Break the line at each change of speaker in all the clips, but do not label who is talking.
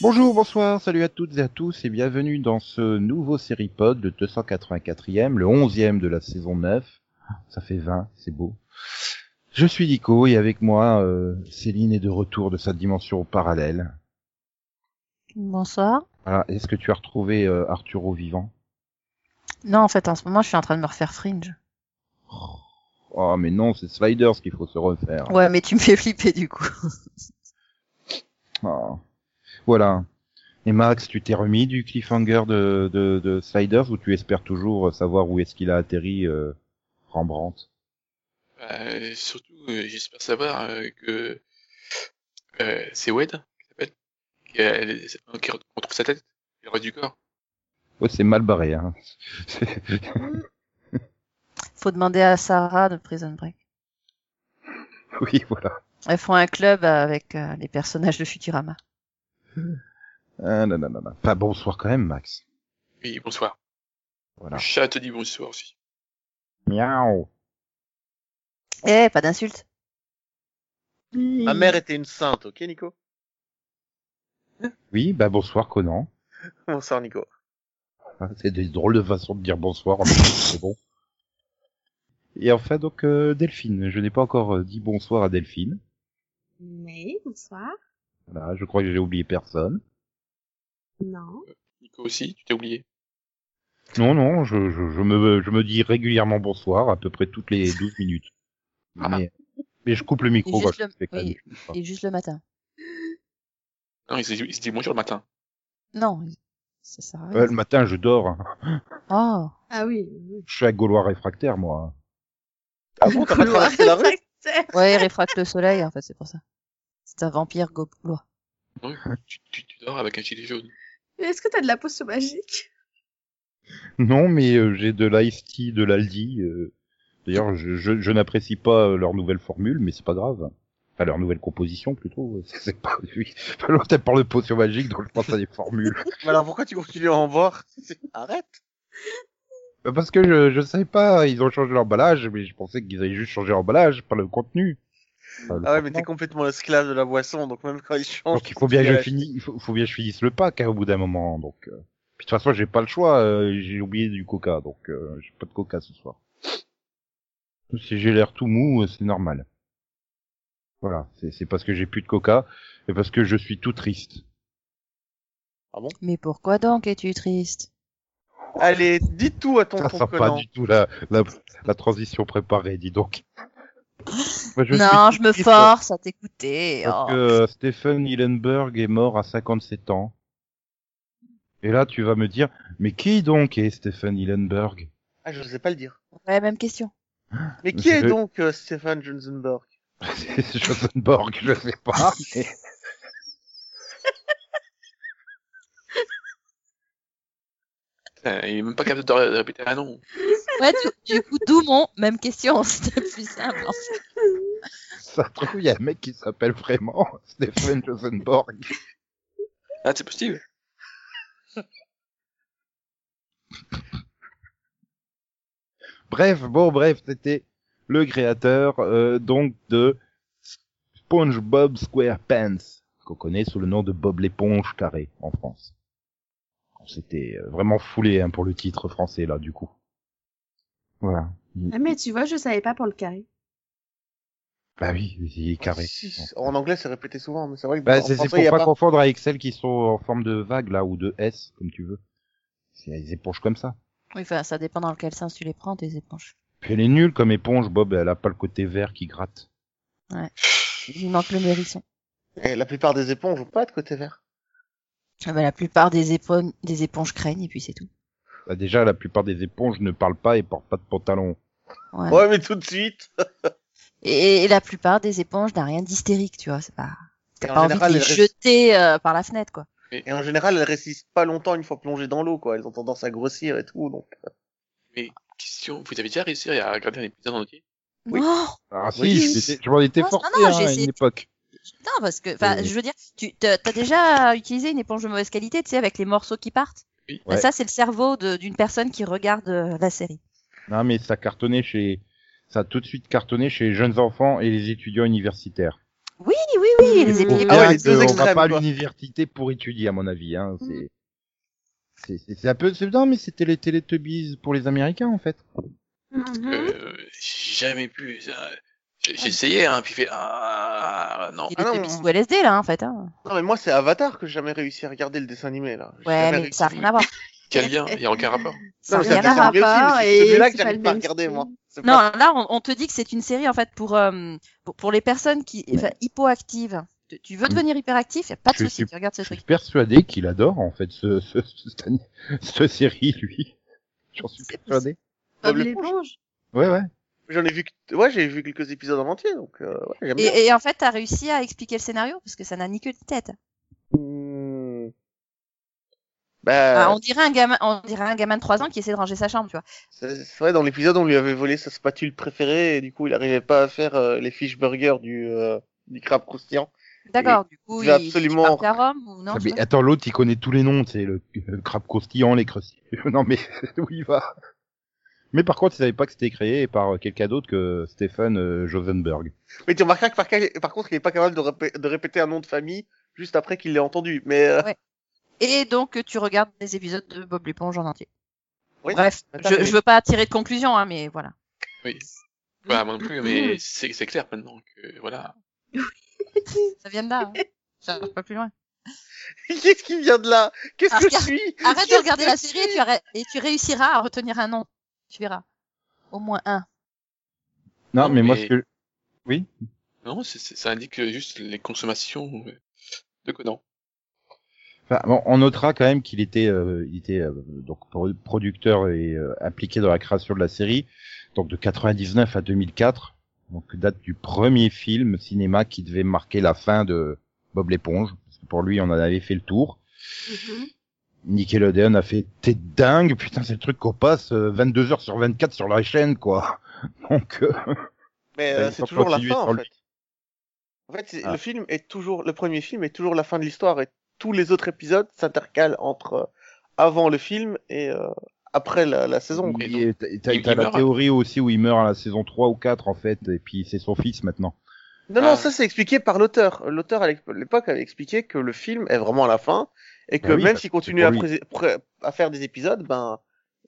Bonjour, bonsoir, salut à toutes et à tous et bienvenue dans ce nouveau série pod, le 284e, le 11e de la saison 9. Ça fait 20, c'est beau. Je suis Nico et avec moi, euh, Céline est de retour de sa dimension parallèle.
Bonsoir.
Voilà, est-ce que tu as retrouvé euh, Arturo vivant
Non, en fait, en ce moment, je suis en train de me refaire Fringe.
Oh mais non, c'est Sliders qu'il faut se refaire.
Ouais, mais tu me fais flipper du coup.
Oh. Voilà. Et Max, tu t'es remis du cliffhanger de, de, de Sliders ou tu espères toujours savoir où est-ce qu'il a atterri euh, Rembrandt
Euh, surtout, euh, j'espère savoir euh, que euh, c'est Wade qui s'appelle, qui, a- euh, qui retrouve sa tête, le reste du corps.
Ouais, c'est mal barré. Hein. C'est-
Faut demander à Sarah de Prison Break.
oui, voilà.
Elles font un club avec euh, les personnages de Futurama.
Ah, non, non, non, non. Pas bonsoir quand même, Max.
Oui, bonsoir.
Voilà.
Le chat te dit bonsoir aussi.
Miaou.
Eh, pas d'insulte.
Ma mère était une sainte, ok Nico
Oui, bah bonsoir Conan.
Bonsoir Nico.
Ah, C'est des drôles de façons de dire bonsoir, en même temps, c'est bon. Et enfin donc euh, Delphine, je n'ai pas encore euh, dit bonsoir à Delphine.
Oui, bonsoir.
Voilà, je crois que j'ai oublié personne.
Non.
Nico aussi, tu t'es oublié.
Non, non, je, je, je, me, je me dis régulièrement bonsoir, à peu près toutes les 12 minutes. Mais, mais je coupe le micro.
Ah. Et
quoi,
juste le-
je fais quand
oui.
même-
Et juste le matin.
Non, il se, dit- il se dit bonjour le matin.
Non, ça sert à rien.
Euh, le matin, je dors. hein.
Oh,
Ah oui. oui.
Je suis un Gaulois réfractaire, moi.
Ah bon, t'as pas traversé la rue
ouais, il réfracte le soleil, en fait, c'est pour ça. C'est un vampire gaulois.
Non, tu, tu, tu dors avec un gilet jaune.
Mais Est-ce que t'as de la potion magique
Non, mais euh, j'ai de l'ice tea de l'Aldi. euh. D'ailleurs, je, je, je n'apprécie pas euh, leur nouvelle formule, mais c'est pas grave. Enfin, leur nouvelle composition, plutôt. C'est- C'est pas... Oui. L'autre, elle parle de potion magique, donc je pense à des formules.
Mais alors pourquoi tu continues à en boire Arrête
Bah, Parce que je, je sais pas, ils ont changé l'emballage, mais je pensais qu'ils avaient juste changé l'emballage, pas le contenu. Pas le
Ah ouais, mais
contenant.
t'es complètement esclave de la boisson, donc même quand il change...
Donc il faut bien que je
Ouais.
finisse, il faut, faut bien que je finisse le pack hein, au bout d'un moment. Donc, euh. puis de toute façon j'ai pas le choix, euh, j'ai oublié du coca, donc euh, j'ai pas de coca ce soir. Si j'ai l'air tout mou, euh, c'est normal. Voilà, c'est c'est parce que j'ai plus de coca et parce que je suis tout triste.
Mais pourquoi donc es-tu triste
Allez, dis tout à ton
Ça sent pas
Conan.
du tout la, la, la transition préparée, dis donc. Moi, je
Non,
suis
je me
triste
force à t'écouter.
Parce
oh.
que euh, Stephen Hillenburg est mort à 57 ans. Et là, tu vas me dire, mais qui donc est Stephen Hillenburg
Ah, je sais pas le dire.
Ouais, même question.
Mais qui
Je-
est donc euh, Stéphane Johnsenberg
C'est Josenborg, je sais pas. mais-
Putain, Euh, il est même pas capable de, de répéter Ah un nom.
Ouais, du, du coup, d'où mon même question, c'était plus simple. en fait.
Ça se trouve, il y a un mec qui s'appelle vraiment Stephen Josenborg.
Ah, c'est possible.
Bref, bon, bref, c'était le créateur euh, donc de SpongeBob SquarePants, qu'on connaît sous le nom de Bob l'éponge carré en France. C'était euh, vraiment foulé hein, pour le titre français là, du coup. Voilà.
Ah mais tu vois, je savais pas pour le carré.
Bah oui, il est carré.
Si, En anglais, c'est répété souvent, mais c'est vrai que
Bah,
en
c'est c'est
français,
pour
y a
pas,
pas...
confondre avec celles qui sont en forme de vague là ou de S comme tu veux. C'est des éponges comme ça.
Oui, enfin, ça dépend dans quel sens tu les prends, tes éponges.
Puis elle est nulle comme éponge, Bob, elle a pas le côté vert qui gratte.
Il manque le mérisson.
Eh, La plupart des éponges ont pas de côté vert.
Ah ben, la plupart des, épon- des éponges craignent et puis c'est tout.
Bah, déjà, la plupart des éponges ne parlent pas et portent pas de pantalon.
Ouais.
Ouais, mais tout de suite
Et, et la plupart des éponges n'a rien d'hystérique, tu vois. C'est pas. T'as
Et en
pas envie
général,
de les
elles restent-
jeter euh, par la fenêtre, quoi.
Et en général, elles résistent pas longtemps une fois plongées dans l'eau, quoi. Elles ont tendance à grossir et tout, donc...
question. Vous avez déjà réussi à regarder un épisode en entier
Oui.
Non,
Ah si,
Oui.
je m'étais- je m'en étais
Non,
forcé
non, non,
hein,
j'ai
à
essayé.
une époque.
non, parce que, enfin,
Euh.
je veux dire, tu t'as t'as déjà utilisé une éponge de mauvaise qualité, tu sais, avec les morceaux qui partent.
Oui.
Bah,
Ouais.
ça, c'est le cerveau de- d'une personne qui regarde euh, la série.
Non, mais ça cartonnait chez, ça a tout de suite cartonné chez les jeunes enfants et les étudiants universitaires.
Oui, oui, oui, et les Mm.
Mmh.
épisodes.
Ah ouais, les
que
deux
on
extrêmes,
va pas à
quoi.
l'université pour étudier, à mon avis. Hein. C'est, c'est- c'est, c'est un peu, c'est non, mais c'était les Teletubbies pour les Américains en fait.
Mhm.
euh, J'ai jamais pu. ça. J'ai j'ai essayé, hein, puis fait. Ah, non.
Il
Ah non,
était
on-
sous LSD là, en fait. Hein.
Non, mais moi, c'est Avatar que j'ai jamais réussi à regarder le dessin animé, là. J'ai
Ouais,
jamais
mais
réussi.
ça n'a rien à voir.
Quel lien Il n'y a aucun rapport.
Ça n'a
mais ça
rien
me
à
fait
voir.
rêver aussi,
rapport
mais c'est
et
celui-là
c'est
que
pas
j'arrive
le
pas à
même
regarder,
style.
moi. C'est
Non,
pas-
là, on, on te dit que c'est une série en fait pour euh, pour, pour les personnes qui enfin, hypoactives. Tu, tu
Mm.
veux devenir hyperactif, y a pas de
Je
souci,
suis-
tu regardes ce
Je suis
truc.
persuadé qu'il adore en fait ce, ce, ce- cette année- cette série, lui. J'en suis
C'est
persuadé.
Bob
Bob
l'éponge.
Ouais, ouais.
J'en ai vu, que- ouais, j'ai vu quelques épisodes en entier, donc, euh, ouais, j'aime bien.
Et, et en fait, t'as réussi à expliquer le scénario parce que ça n'a ni queue ni tête.
Hmm. Bah,
Ah, on dirait un gamin, on dirait un gamin de 3 ans qui essaie de ranger sa chambre, tu vois.
c'est c'est vrai, dans l'épisode, on lui avait volé sa spatule préférée, et du coup, il arrivait pas à faire euh, les fish burgers du, euh, du crabe croustillant.
D'accord, du coup,
tu
il,
vas absolument-
il part à Rome ou non
Ah,
je sais
mais
pas.
attends, l'autre, il connaît tous les noms, c'est le, le crabe croustillant, les crustacés. non, mais où il va Mais par contre, il savait pas que c'était créé par euh, quelqu'un d'autre que Stephen euh, Jovenberg.
Mais tu remarqueras que par, ca- par contre, il est pas capable de, répé- de répéter un nom de famille juste après qu'il l'ait entendu, mais, euh,
Et donc, tu regardes des épisodes de Bob l'éponge en entier.
Oui,
Bref,
tout à
je,
fait.
je veux pas tirer de conclusion, hein, mais voilà.
Oui. Bah, moi non plus, mais c'est c'est clair maintenant que. Voilà.
Ça vient de là. hein. Ça va pas plus loin.
qu'est-ce qui vient de là? Qu'est-ce
Ah,
que je
regarde-
suis?
Arrête de
Qu'est-ce
regarder
que
la
je
série et
suis
tu, arrêtes- et tu réussiras à retenir un nom. Tu verras. Au moins un.
Non,
Non,
mais, moi,
mais-
ce que...
Non, c'est- c'est- ça indique juste les consommations euh, de Conan.
enfin, bon, on notera quand même qu'il était, euh, il était euh, donc pro- producteur et euh, impliqué dans la création de la série, donc de 99 à 2004, donc date du premier film cinéma qui devait marquer la fin de Bob l'éponge. Parce que pour lui, on en avait fait le tour.
Mhm.
Nickelodeon a fait t'es dingue putain c'est le truc qu'on passe euh, 22 heures sur 24 sur la chaîne quoi donc euh,
Mais
Bah,
euh,
ils
c'est
ont
toujours la
continué
fin
sans
en
lui.
fait. En fait, c'est-
Ah.
le film est toujours le premier film est toujours la fin de l'histoire et tous les autres épisodes s'intercalent entre euh, avant le film et euh, après la, la saison. quoi.
Et
il- t'as- t'as
il-
t'as
il
la
meurt.
théorie aussi où il meurt à la saison 3 ou 4 en fait et puis c'est son fils maintenant
Non non,
Ah.
ça c'est expliqué par l'auteur. L'auteur à l'ép- l'époque avait expliqué que le film est vraiment à la fin et que
Bah oui,
même
parce
s'il
que c'est
continue
pour
à,
lui.
pré- pré- à faire des épisodes, ben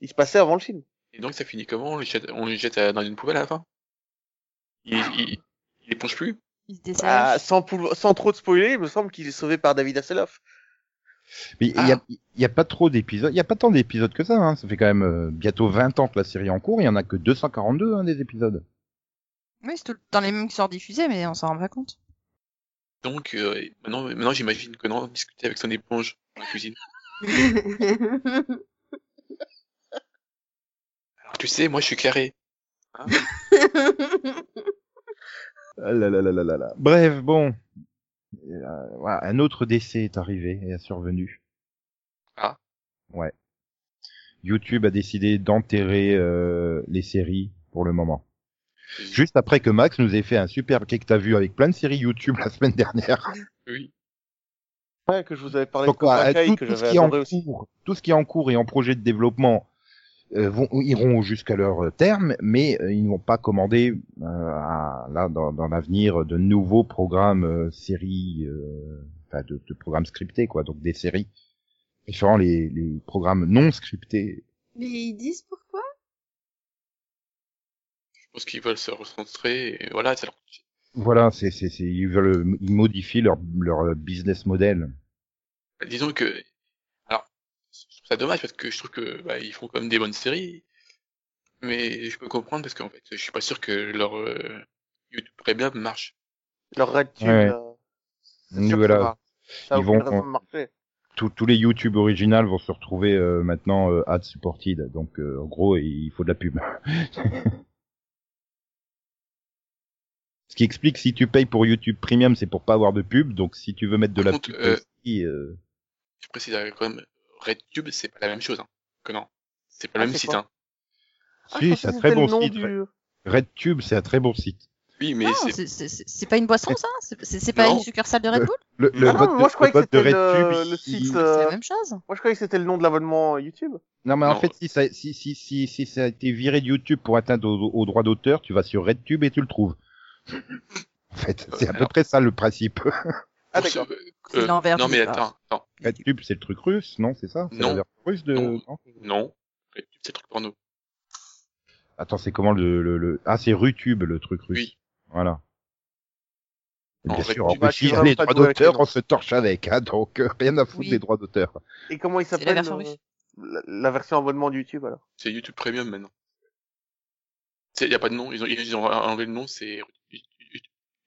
il se passait avant le film.
Et donc, ça finit comment on le, jette, on le jette euh, dans une poubelle à la fin il, il, il éponge plus
Il se dessèche.
Bah, sans, pou- sans trop de spoiler, il me semble qu'il est sauvé par David Hasselhoff.
mais il y,
Ah.
a, il y a pas trop d'épisodes il y a pas tant d'épisodes que ça hein. ça fait quand même euh, bientôt 20 ans que la série est en cours il y en a que 242 hein, des épisodes
Oui, c'est tout le temps les mêmes qui sont diffusés, mais on s'en rend pas compte.
Donc, euh, maintenant, maintenant j'imagine Conan discuter avec son éponge dans la cuisine. Alors, tu sais, moi, je suis carré.
Ah là là là là là là. bref bon Euh, voilà, un autre décès est arrivé et est survenu
Ah.
ouais YouTube a décidé d'enterrer euh, les séries pour le moment Juste après que Max nous ait fait un super que t'as vu avec plein de séries YouTube la semaine dernière.
Oui.
Ouais, que je vous avais parlé
Donc
de Cobra
voilà,
Kai,
tout,
que
tout ce
j'avais
qui est en
adoré aussi.
cours, tout ce qui est en cours et en projet de développement euh, vont, iront jusqu'à leur euh, terme, mais euh, ils n'ont pas commandé euh, à- là dans, dans l'avenir de nouveaux programmes euh, séries, euh, enfin de, de programmes scriptés quoi, donc des séries préférant les, les programmes non scriptés.
Mais ils disent pourquoi
Je pense qu'ils veulent se recentrer. Et voilà, ça leur coûte
Voilà, c'est c'est c'est- ils veulent ils modifient leur leur business model.
disons que alors je trouve ça dommage parce que je trouve que bah, ils font quand même des bonnes séries mais je peux comprendre parce qu'en fait je suis pas sûr que leur euh, YouTube Premium marche
Leur RedTube.
Ouais.
euh, c'est
Donc
sûr que
voilà.
ça va. Ça a
Ils
aucune
vont-
raison de marcher.
tous, tous les YouTube originales vont se retrouver euh, maintenant euh, ad supported. Donc euh, en gros, il faut de la pub. Ce qui explique si tu payes pour YouTube Premium, c'est pour pas avoir de pub. Donc si tu veux mettre de la
Par contre,
pub
euh,
aussi, euh,
je précise euh, quand même RedTube c'est pas la même chose hein, que non c'est pas
Ah,
le même
c'est
site
quoi
hein.
Ah, je
si,
pensais
c'est
que
un très
c'était le
bon
nom
site.
du-
RedTube, c'est un très bon site.
Oui, mais
Non,
c'est
c'est- Euh, c'est c'est- c'est pas une boisson, ça C'est- C'est c'est pas
Non.
une succursale de Red Bull
Le, le
Ah
non,
vote
mais
de-
moi, je croyais que
vote de
c'était le-
RedTube,
le
il-
site,
il-
C'est
Euh,
la même chose.
Moi, je croyais que c'était le nom de l'abonnement euh, YouTube.
Non, mais en
Non.
fait, si ça, si, si, si, si ça a été viré de YouTube pour atteindre aux au droits d'auteur, tu vas sur RedTube et tu le trouves. en fait, c'est à peu
Euh, Alors.
près ça le principe.
Ah,
pour ce-
d'accord.
euh,
C'est l'envers
Non,
du
mais
décor.
attends, attends.
RedTube, c'est le truc russe, non C'est ça C'est la
Non.
version russe de...
Non.
non
Non. RedTube, c'est le truc porno.
Attends, c'est comment le... le, le... Ah, c'est RuTube, le truc russe.
Oui.
Voilà.
Non,
Bien sûr, en
RedTube,
bah, tu
Russie,
vas
les
pas
droits
jouer avec les
d'auteur,
noms.
on se torche avec, hein, donc euh, rien à foutre
Oui.
des droits d'auteur.
Et comment il
C'est la
s'appelle
version
euh,
russe.
La, la version abonnement de YouTube, alors.
C'est YouTube Premium maintenant. Il n'y a pas de nom, ils ont, ils ont enlevé le nom, c'est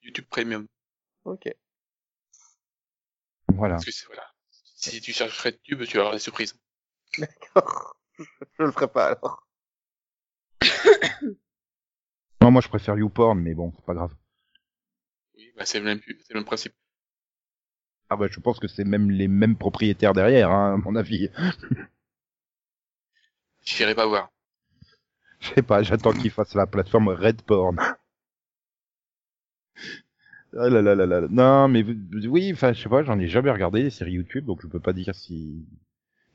YouTube Premium.
Ok.
Voilà.
Parce que c'est voilà. Si tu cherches RedTube, tu vas avoir des surprises.
je le ferai pas, alors.
Non, moi je préfère YouPorn, mais bon, c'est pas grave.
Oui, bah c'est le même, c'est le même principe.
Ah bah je pense que c'est même les mêmes propriétaires derrière, hein, à mon avis.
J'irai pas voir.
Je sais pas, j'attends qu'ils fassent la plateforme Redporn. Ah là là là là. là. Non, mais vous- vous- oui, enfin, je sais pas, j'en ai jamais regardé les séries YouTube, donc je peux pas dire si.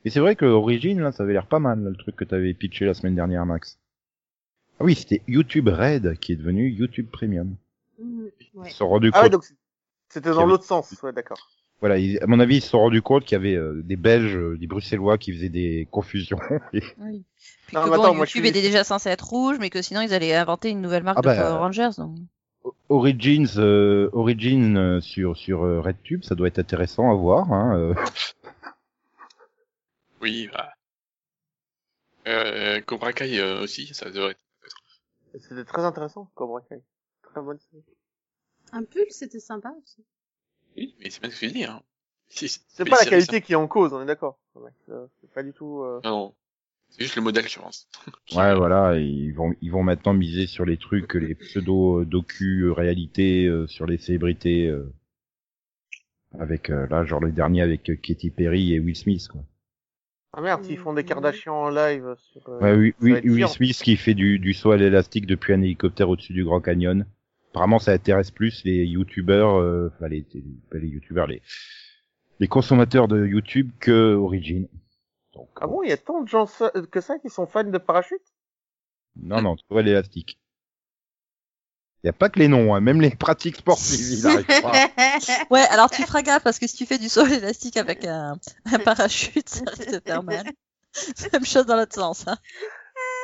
Mais c'est vrai que Origin, là, ça avait l'air pas mal, là, le truc que t'avais pitché la semaine dernière, Max. Ah oui, c'était YouTube Red qui est devenu YouTube Premium.
Mhm, ouais.
Ils se sont rendus
Ah ouais,
compte.
donc c'est- c'était
Il y
dans
avait-
l'autre sens. Ouais, d'accord.
Voilà, ils- à mon avis, ils se sont rendus compte qu'il y avait euh, des Belges, euh, des Bruxellois qui faisaient des confusions. Et-
Oui. Puis
Non,
que
mais
bon,
attends, moi, je
YouTube
suis-
était déjà censé être rouge, mais que sinon ils allaient inventer une nouvelle marque
Ah
de
bah,
Power Rangers. Donc...
Origins, euh, Origin euh, sur sur euh, RedTube, ça doit être intéressant à voir. Hein, euh.
Oui, bah. Euh, Cobra Kai euh, aussi, ça devrait être.
C'était très intéressant, Cobra Kai. Très bonne série.
Un pull, c'était sympa aussi.
Oui, mais c'est bien ce que tu dis, hein. Si-
C'est
mais
pas la
c'est-
qualité qui est en cause, on est d'accord. Ouais, euh, C'est pas du tout. euh,
Non, non. C'est juste le modèle, je pense.
Ouais, voilà, ils vont ils vont maintenant miser sur les trucs, les pseudo euh, docu euh, réalité, euh, sur les célébrités, euh, avec euh, là genre le dernier avec euh, Katy Perry et Will Smith. Quoi.
Ah merde, s'ils font des
Mhm.
Kardashians en live sur. euh,
Ouais, oui,
ça va être
Will
chiant.
Smith qui fait du du saut à l'élastique depuis un hélicoptère au-dessus du Grand Canyon. Apparemment, ça intéresse plus les youtubeurs, euh, enfin les, les, pas les youtubeurs, les les consommateurs de YouTube que Origin. Donc,
Ah bon, il y a tant de gens ça- que ça qui sont fans de parachute
Non, non, tu vois l'élastique. Il n'y a pas que les noms, hein, même les pratiques sportives, il arrive pas.
Ouais, alors tu feras gaffe parce que si tu fais du saut à l'élastique avec un, un parachute, ça risque de faire mal. Même chose dans l'autre sens. Hein.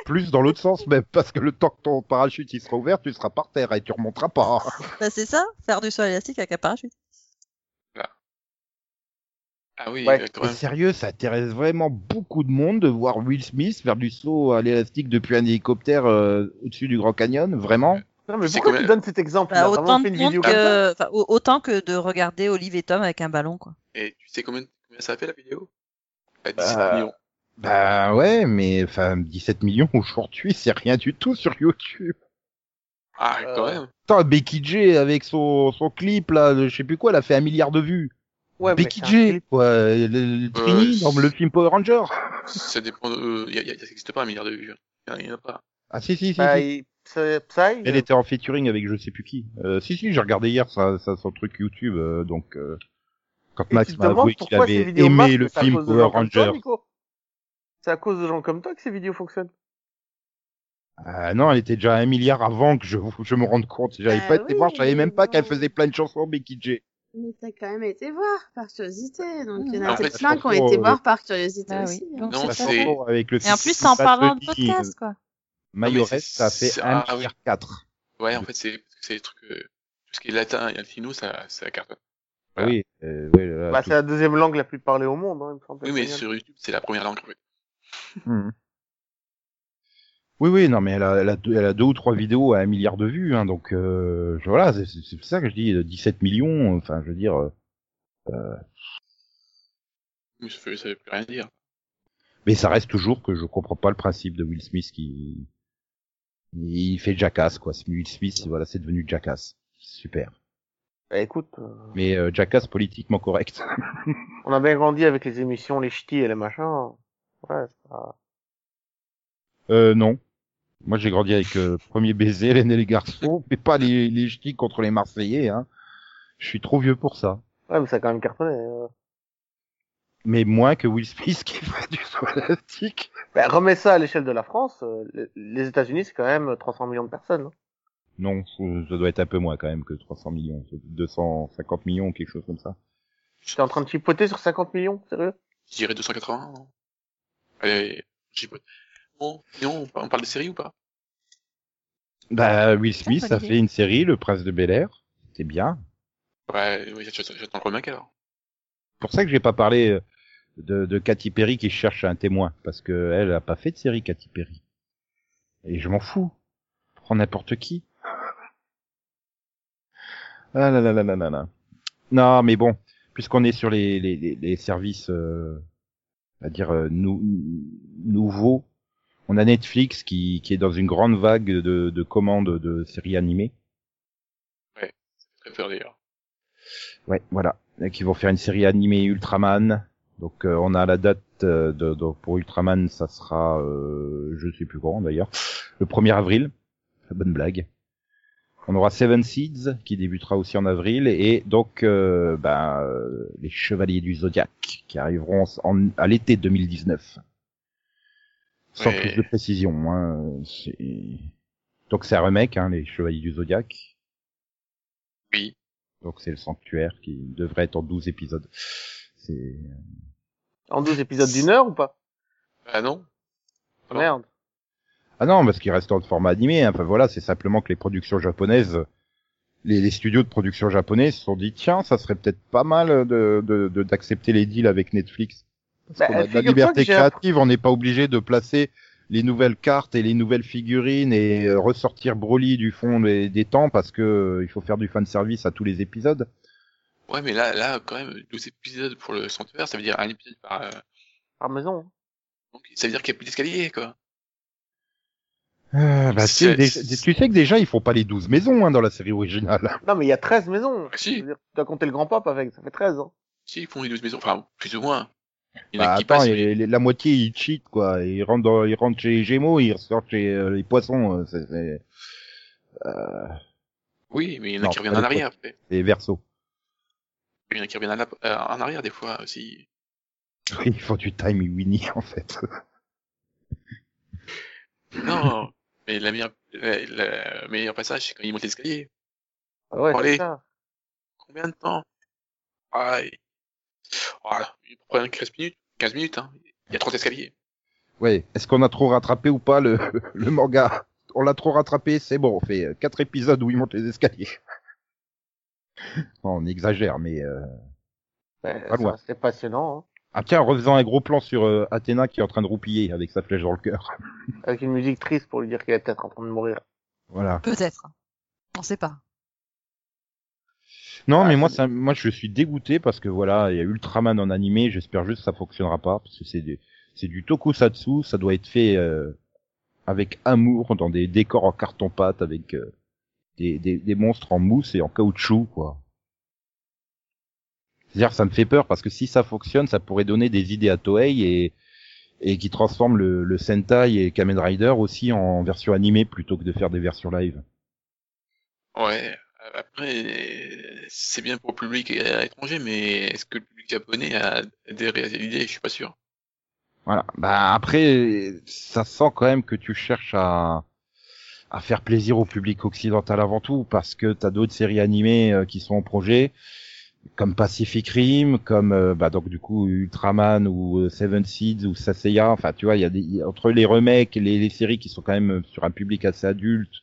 Plus dans l'autre sens, même, parce que le temps que ton parachute il sera ouvert, tu seras par terre et tu remonteras pas.
Bah, c'est ça, faire du saut à l'élastique avec un parachute.
Ah oui,
Ouais.
euh, quand
Mais
même.
sérieux, ça intéresse vraiment beaucoup de monde de voir Will Smith faire du saut à l'élastique depuis un hélicoptère euh, au-dessus du Grand Canyon, vraiment
Non, mais
C'est
pourquoi
combien-
tu donnes cet exemple
Bah,
là
autant,
Vraiment
de
fait une
monde
vidéo comme ça
que... enfin, au- autant que de regarder Olive et Tom avec un ballon. quoi.
Et tu sais combien, combien ça a fait la vidéo À 17
Euh,
Bah,
millions.
Bah ouais, mais enfin 17 millions aujourd'hui, c'est rien du tout sur YouTube.
Ah,
euh,
quand même.
Putain, Becky J avec son, son clip là, de je sais plus quoi, elle a fait un milliard de vues.
Ouais, mais
Becky
c'est un
J,
clip.
quoi, le, le Trini
Euh,
dans le film Power Ranger.
Ça dépend. Euh, y a, y a- ça n'existe pas un milliard de vues. Il n'y en a pas.
Ah si si si.
Bah,
si.
il- Psy, Psy,
Elle était en featuring avec je sais plus qui. Euh, si si, j'ai regardé hier ça, ça son truc YouTube, euh, donc euh, quand
Et
Max
tu te
m'a
demandes
avoué qu'il
pourquoi ces
avait
vidéos
aimé
marchent,
le
c'est à
film
cause de gens
Power
comme toi,
Ranger.
Nico. C'est à cause de gens comme toi que ces vidéos fonctionnent.
Ah non, elle était déjà à un milliard avant que je, je me rende compte. J'avais
Bah
Ah
pas été
oui,
voir, je savais même pas
non.
qu'elle faisait plein de chansons Becky J.
Mais t'as quand même été voir par curiosité. Donc il y en
Ah,
a
en
peut-être
fait,
plein qui ont
surtout,
été
euh,
voir par curiosité
Bah oui.
aussi. hein.
Donc,
Non,
c'est ça.
c'est-
avec le
Et en
fils
plus,
de
c'est en parlant de
Pasolini,
podcast, quoi.
Mayores,
mais
euh, ça a fait
c'est-
un
ah oui.
milliard quatre.
Ouais, en fait, c'est parce que c'est les trucs. euh, tout ce qui est latin et latino, ça, ça cartonne. Voilà.
Oui, euh, ouais, là,
Bah,
tout-
c'est la deuxième langue la plus parlée au monde, hein, il me semble.
Oui, mais
espagnol.
sur YouTube, c'est la première langue. en fait.
Mhm. Oui, oui, non, mais elle a, elle, a deux, elle a deux ou trois vidéos à un milliard de vues, hein, donc euh, je- voilà, c'est- c'est c'est pour ça que je dis euh, 17 millions, enfin, je veux dire... euh,
Mais Ça veut, ça veut plus rien dire.
mais ça reste toujours que je comprends pas le principe de Will Smith qui... Il fait Jackass, quoi. C'est Will Smith, voilà, c'est devenu Jackass. Super.
Bah, écoute, euh,
Mais euh, Jackass politiquement correct.
on a bien grandi avec les émissions, les ch'tis et les machins. Ouais, c'est pas...
Euh, non. Moi, j'ai grandi avec euh, Premier Baiser, René les garçons, mais pas les, les ch'tis contre les Marseillais. Hein. Je suis trop vieux pour ça.
Ouais, mais ça a quand même cartonné. euh.
Mais moins que Will Smith qui fait du saut élastique.
Ben, remets ça à l'échelle de la France. euh, le- les États-Unis, c'est quand même 300 millions de personnes. hein.
Non, ça ça doit être un peu moins quand même que 300 millions, 250 millions, quelque chose comme ça.
J'étais en train de chipoter sur 50 millions, sérieux
Je dirais 280. non Allez, j'y vais. Bon, non, on par- on parle des séries ou pas
Bah, Will Smith
bonne
a
idée.
fait une série, Le Prince de Bel Air. C'était bien.
Ouais, ouais, j'attends j'attends le remake alors.
C'est pour ça que j'ai pas parlé euh, de, de Katy Perry qui cherche un témoin, parce que elle a pas fait de série Katy Perry. Et je m'en fous. Prends n'importe qui. Ah là là là là là là. Non, mais bon, puisqu'on est sur les, les, les, les services, euh, à dire euh, nou- nouveaux, on a Netflix qui, qui est dans une grande vague de, de commandes de séries animées.
Très peur d'ailleurs.
Ouais, voilà. Et Qui vont faire une série animée Ultraman. Donc euh, on a la date euh, de, de- pour Ultraman, ça sera, euh, je sais plus quand d'ailleurs, le 1er avril. La bonne blague. On aura Seven Seeds qui débutera aussi en avril et donc euh, ben, euh, les Chevaliers du Zodiaque qui arriveront en- à l'été 2019. Sans
Ouais.
plus de précision. Hein, c'est- donc c'est un remake, hein, les Chevaliers du Zodiaque.
Oui.
Donc c'est le sanctuaire qui devrait être en 12 épisodes. C'est
En 12 épisodes d'une heure ou pas
Bah non.
Ah,
Non.
Merde.
ah non parce qu'il reste en format animé. hein. Enfin voilà, c'est simplement que les productions japonaises, les, les studios de production japonais se sont dit tiens, ça serait peut-être pas mal de de- de- d'accepter les deals avec Netflix. Parce
Bah,
qu'on a de la
figure-toi que
liberté
j'ai app-
créative, on n'est pas obligé de placer les nouvelles cartes et les nouvelles figurines et euh, ressortir Broly du fond des, des temps parce que euh, il faut faire du fan service à tous les épisodes.
Ouais, mais là, là, quand même, 12 épisodes pour le centenaire, ça veut dire un épisode par. euh,
Par maison. hein.
Donc, ça veut dire qu'il n'y a plus d'escalier, quoi.
Euh, bah, tu sais,
C'est-
déjà- tu sais que déjà ils font pas les 12 maisons hein, dans la série originale.
Non, mais il y a 13 maisons.
Ah,
Je
si,
veux dire, tu dois compter le grand-pape avec, ça fait 13. Hein.
si, ils font les 12 maisons. Enfin, plus ou moins. Il y en a
Bah,
qui
attends,
passent.
et
mais-
les- les- la moitié ils cheat quoi. Ils rentrent, dans, ils rentrent chez les Gémeaux, ils ressortent chez euh, les Poissons. euh, C'est, c'est,
Oui, mais il y en a
Non,
qui reviennent
pas
en
les
arrière. après.
c'est Verseau.
Il y en a qui reviennent en ap- euh, en arrière, des fois, aussi.
Oui, Ils font du time winnie en fait.
Non, mais la meilleure, la- la- le meilleur passage, c'est quand ils montent l'escalier.
Ah Ouais,
Allez.
c'est ça.
Combien de temps Ah, il... ah, il prend 15 minutes. 15 minutes, hein. Il y a 30 escaliers.
Ouais. Est-ce qu'on a trop rattrapé ou pas le, le manga On l'a trop rattrapé, c'est bon. On fait euh, quatre épisodes où ils montent les escaliers. Non, on exagère, mais euh,
Ouais,
Pas loin.
ça, C'était passionnant.
ah tiens, en refaisant un gros plan sur euh, Athéna qui est en train de roupiller avec sa flèche dans le cœur.
hein. Avec une musique triste pour lui dire qu'il est peut-être en train de mourir.
Voilà.
Peut-être. On sait pas.
Non,
Ah,
mais
ça
moi,
me-
ça, moi, je suis dégoûté parce que voilà, il y a Ultraman en animé. J'espère juste que ça fonctionnera pas parce que c'est des- c'est du tokusatsu. Ça doit être fait euh, avec amour dans des décors en carton pâte avec euh, des, des, des monstres en mousse et en caoutchouc, quoi. C'est-à-dire, que ça me fait peur parce que si ça fonctionne, ça pourrait donner des idées à Toei et et qui transforme le, le Sentai et Kamen Rider aussi en version animée plutôt que de faire des versions live.
Ouais. euh, Après, c'est bien pour le public euh, étranger, mais est-ce que le public japonais a adhéré à l'idée Je suis pas sûr.
Voilà. Bah après, ça sent quand même que tu cherches à à faire plaisir au public occidental avant tout, parce que t'as d'autres séries animées euh, qui sont en projet, comme Pacific Rim, comme euh, bah donc du coup Ultraman ou euh, Seven Seeds ou Saseya. Enfin, tu vois, il y a des il y a- entre les remakes, et les, les séries qui sont quand même euh, sur un public assez adulte.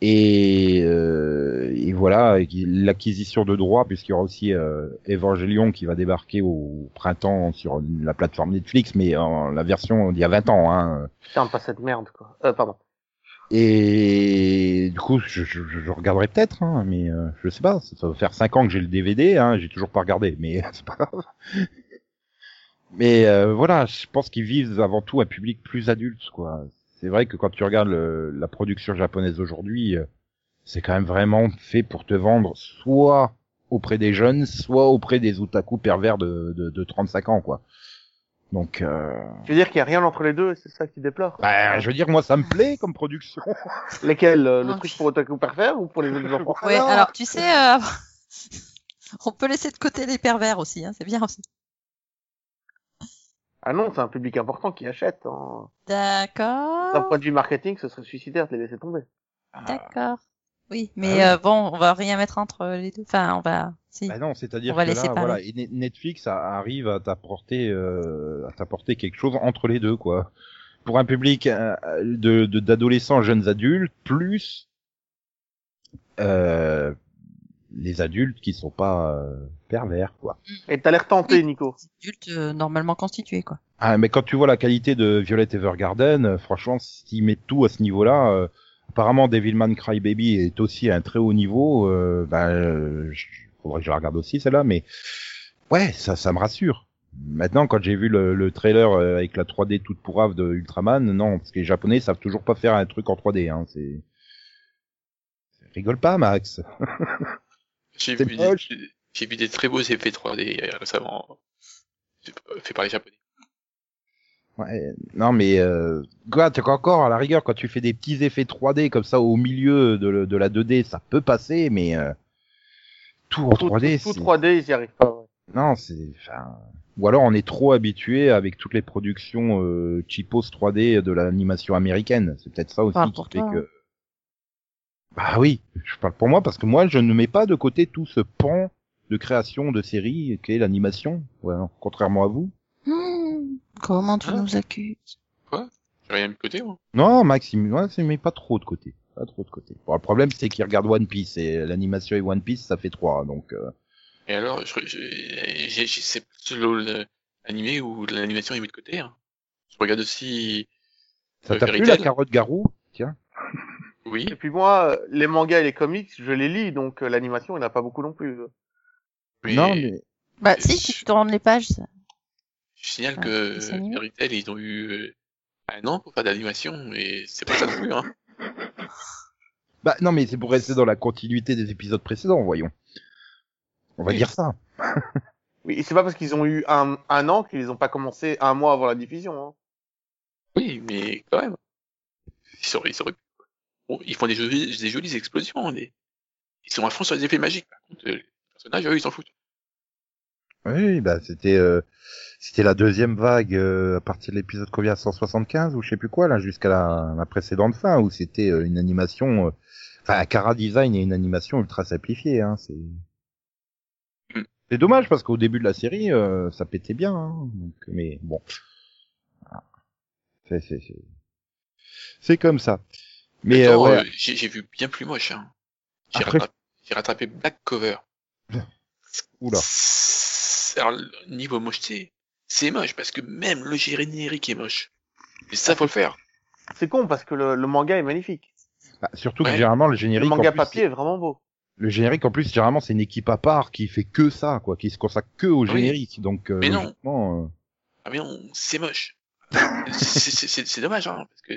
Et, euh, et voilà, et qui- l'acquisition de droits, puisqu'il y aura aussi euh, Evangelion qui va débarquer au printemps sur la plateforme Netflix, mais en la version d'il y a 20 ans. Hein.
Putain, pas cette merde, quoi. Euh, pardon.
Et du coup, je, je, je regarderai peut-être, hein, mais euh, je sais pas. Ça doit faire 5 ans que j'ai le DVD, hein, j'ai toujours pas regardé, mais c'est pas grave. Mais euh, voilà, je pense qu'ils visent avant tout un public plus adulte, quoi. C'est vrai que quand tu regardes le- la production japonaise aujourd'hui, euh, c'est quand même vraiment fait pour te vendre soit auprès des jeunes, soit auprès des otaku pervers de, de, de 35 ans, quoi. Donc, euh,
Je veux dire qu'il n'y a rien entre les deux, et c'est ça qui déplore.
bah, je veux dire, moi, ça me plaît comme production.
Lesquels euh, Le
Ah.
truc pour Otaku Pervers ou pour les autres enfants
Ouais,
Ah non,
alors tu sais, euh, on peut laisser de côté les pervers aussi, hein, c'est bien aussi.
Ah non, c'est un public important qui achète. hein. D'un
D'accord,
point de vue marketing, ce serait suicidaire de les laisser tomber.
Ah. d'accord. Oui, mais euh, bon, on va rien mettre entre les deux. Enfin, on va. Si.
Bah non, c'est-à-dire
On
que
va
là,
laisser parler.
voilà, et Net- Netflix a- arrive à t'apporter, euh, à t'apporter quelque chose entre les deux, quoi. Pour un public euh, de de- d'adolescents, jeunes adultes, plus euh, les adultes qui sont pas euh, pervers, quoi.
Et t'as l'air tenté, Nico.
Adulte euh, normalement constitué, quoi.
Ah, mais quand tu vois la qualité de Violet Evergarden, euh, franchement, s'ils mettent tout à ce niveau-là, euh, apparemment Devilman Crybaby est aussi à un très haut niveau. Euh, ben, euh, je- faudrait que je la regarde aussi celle-là, mais ouais, ça, ça me rassure. Maintenant, quand j'ai vu le, le trailer euh, avec la 3D toute pourrave de Ultraman, non, parce que les Japonais savent toujours pas faire un truc en 3D. Hein, c'est rigole pas, Max.
J'ai
C'est
vu, des,
moche.
j'ai vu des très beaux effets 3D récemment, euh, faits par les Japonais.
Ouais, non mais euh, quoi, t'as encore à la rigueur quand tu fais des petits effets 3D comme ça au milieu de, le- de la 2D, ça peut passer, mais euh, tout en
Tout,
3D,
tout,
c'est-
tout 3D, ils y arrivent pas. ouais.
non, c'est, enfin, ou alors on est trop habitué avec toutes les productions euh, cheapos 3D de l'animation américaine. C'est peut-être ça aussi
parle
qui
pour
fait
toi, hein.
que. Bah oui, je parle pour moi parce que moi je ne mets pas de côté tout ce pan de création de séries qu'est l'animation, ouais, non, contrairement à vous.
Hmm. comment tu
Ah.
nous accuses
J'ai rien mis de côté, moi.
Non, Maxime, ouais, c'est- mais pas trop de côté. Pas trop de côté. Bon, le problème, c'est qu'il regarde One Piece, et l'animation et One Piece, ça fait trois, donc... euh,
Et alors, je, je, j'ai- j'ai- c'est plus le- l'animé ou l'animation est mise de côté. hein. Je regarde aussi,
Ça
Euh,
t'a plu,
Fairy
la
Tail
carotte garou Tiens.
oui,
Et puis moi, euh, les mangas et les comics, je les lis, donc euh, l'animation, il n'y en a pas beaucoup non plus. euh.
mais
Non, mais...
Bah
Et
si,
je-
si tu te rends les pages. ça.
je signale
Ah,
que euh,
c'est animé.
Fairy Tail, ils ont eu euh, un an pour faire d'animation, et c'est pas ça non plus. Hein.
Bah, non, mais c'est pour rester dans la continuité des épisodes précédents, voyons. On va
Oui.
dire ça.
Oui, et c'est pas parce qu'ils ont eu un, un an qu'ils ont pas commencé un mois avant la diffusion. Hein.
Oui, mais quand même. Ils auraient, ils auraient pu. Bon, ils font des jolies, des jolies explosions. hein, Des... Ils sont à fond sur les effets magiques. Par contre, euh, les personnages, eux, ils s'en foutent.
Oui, bah, c'était... euh, C'était la deuxième vague euh, à partir de l'épisode combien 175 ou je sais plus quoi, là, jusqu'à la, la précédente fin, où c'était euh, une animation... euh, Enfin, un Cara Design et une animation ultra simplifiée, hein, c'est...
Mm.
C'est dommage parce qu'au début de la série, euh, ça pétait bien. hein, donc, mais bon, Voilà. c'est c'est c'est c'est comme ça. Mais
Pourtant,
euh, ouais,
euh, j'ai j'ai vu bien plus moche. Hein. J'ai
Après-
rattrapé, j'ai rattrapé Black Cover.
oula.
C'est- Alors, le niveau mocheté, c'est moche parce que même le générique est moche. Et ça, faut le faire.
C'est con parce que le, le manga est magnifique.
Bah, surtout que
Ouais.
généralement le
Le
générique, en
manga
plus,
papier est vraiment beau.
c'est- le générique en plus généralement c'est une équipe à part qui fait que ça, quoi, qui se consacre que au
Oui.
générique. Donc euh,
Mais non.
logiquement, euh,
Ah mais non, c'est moche. C'est- c'est c'est- c'est dommage, hein, parce que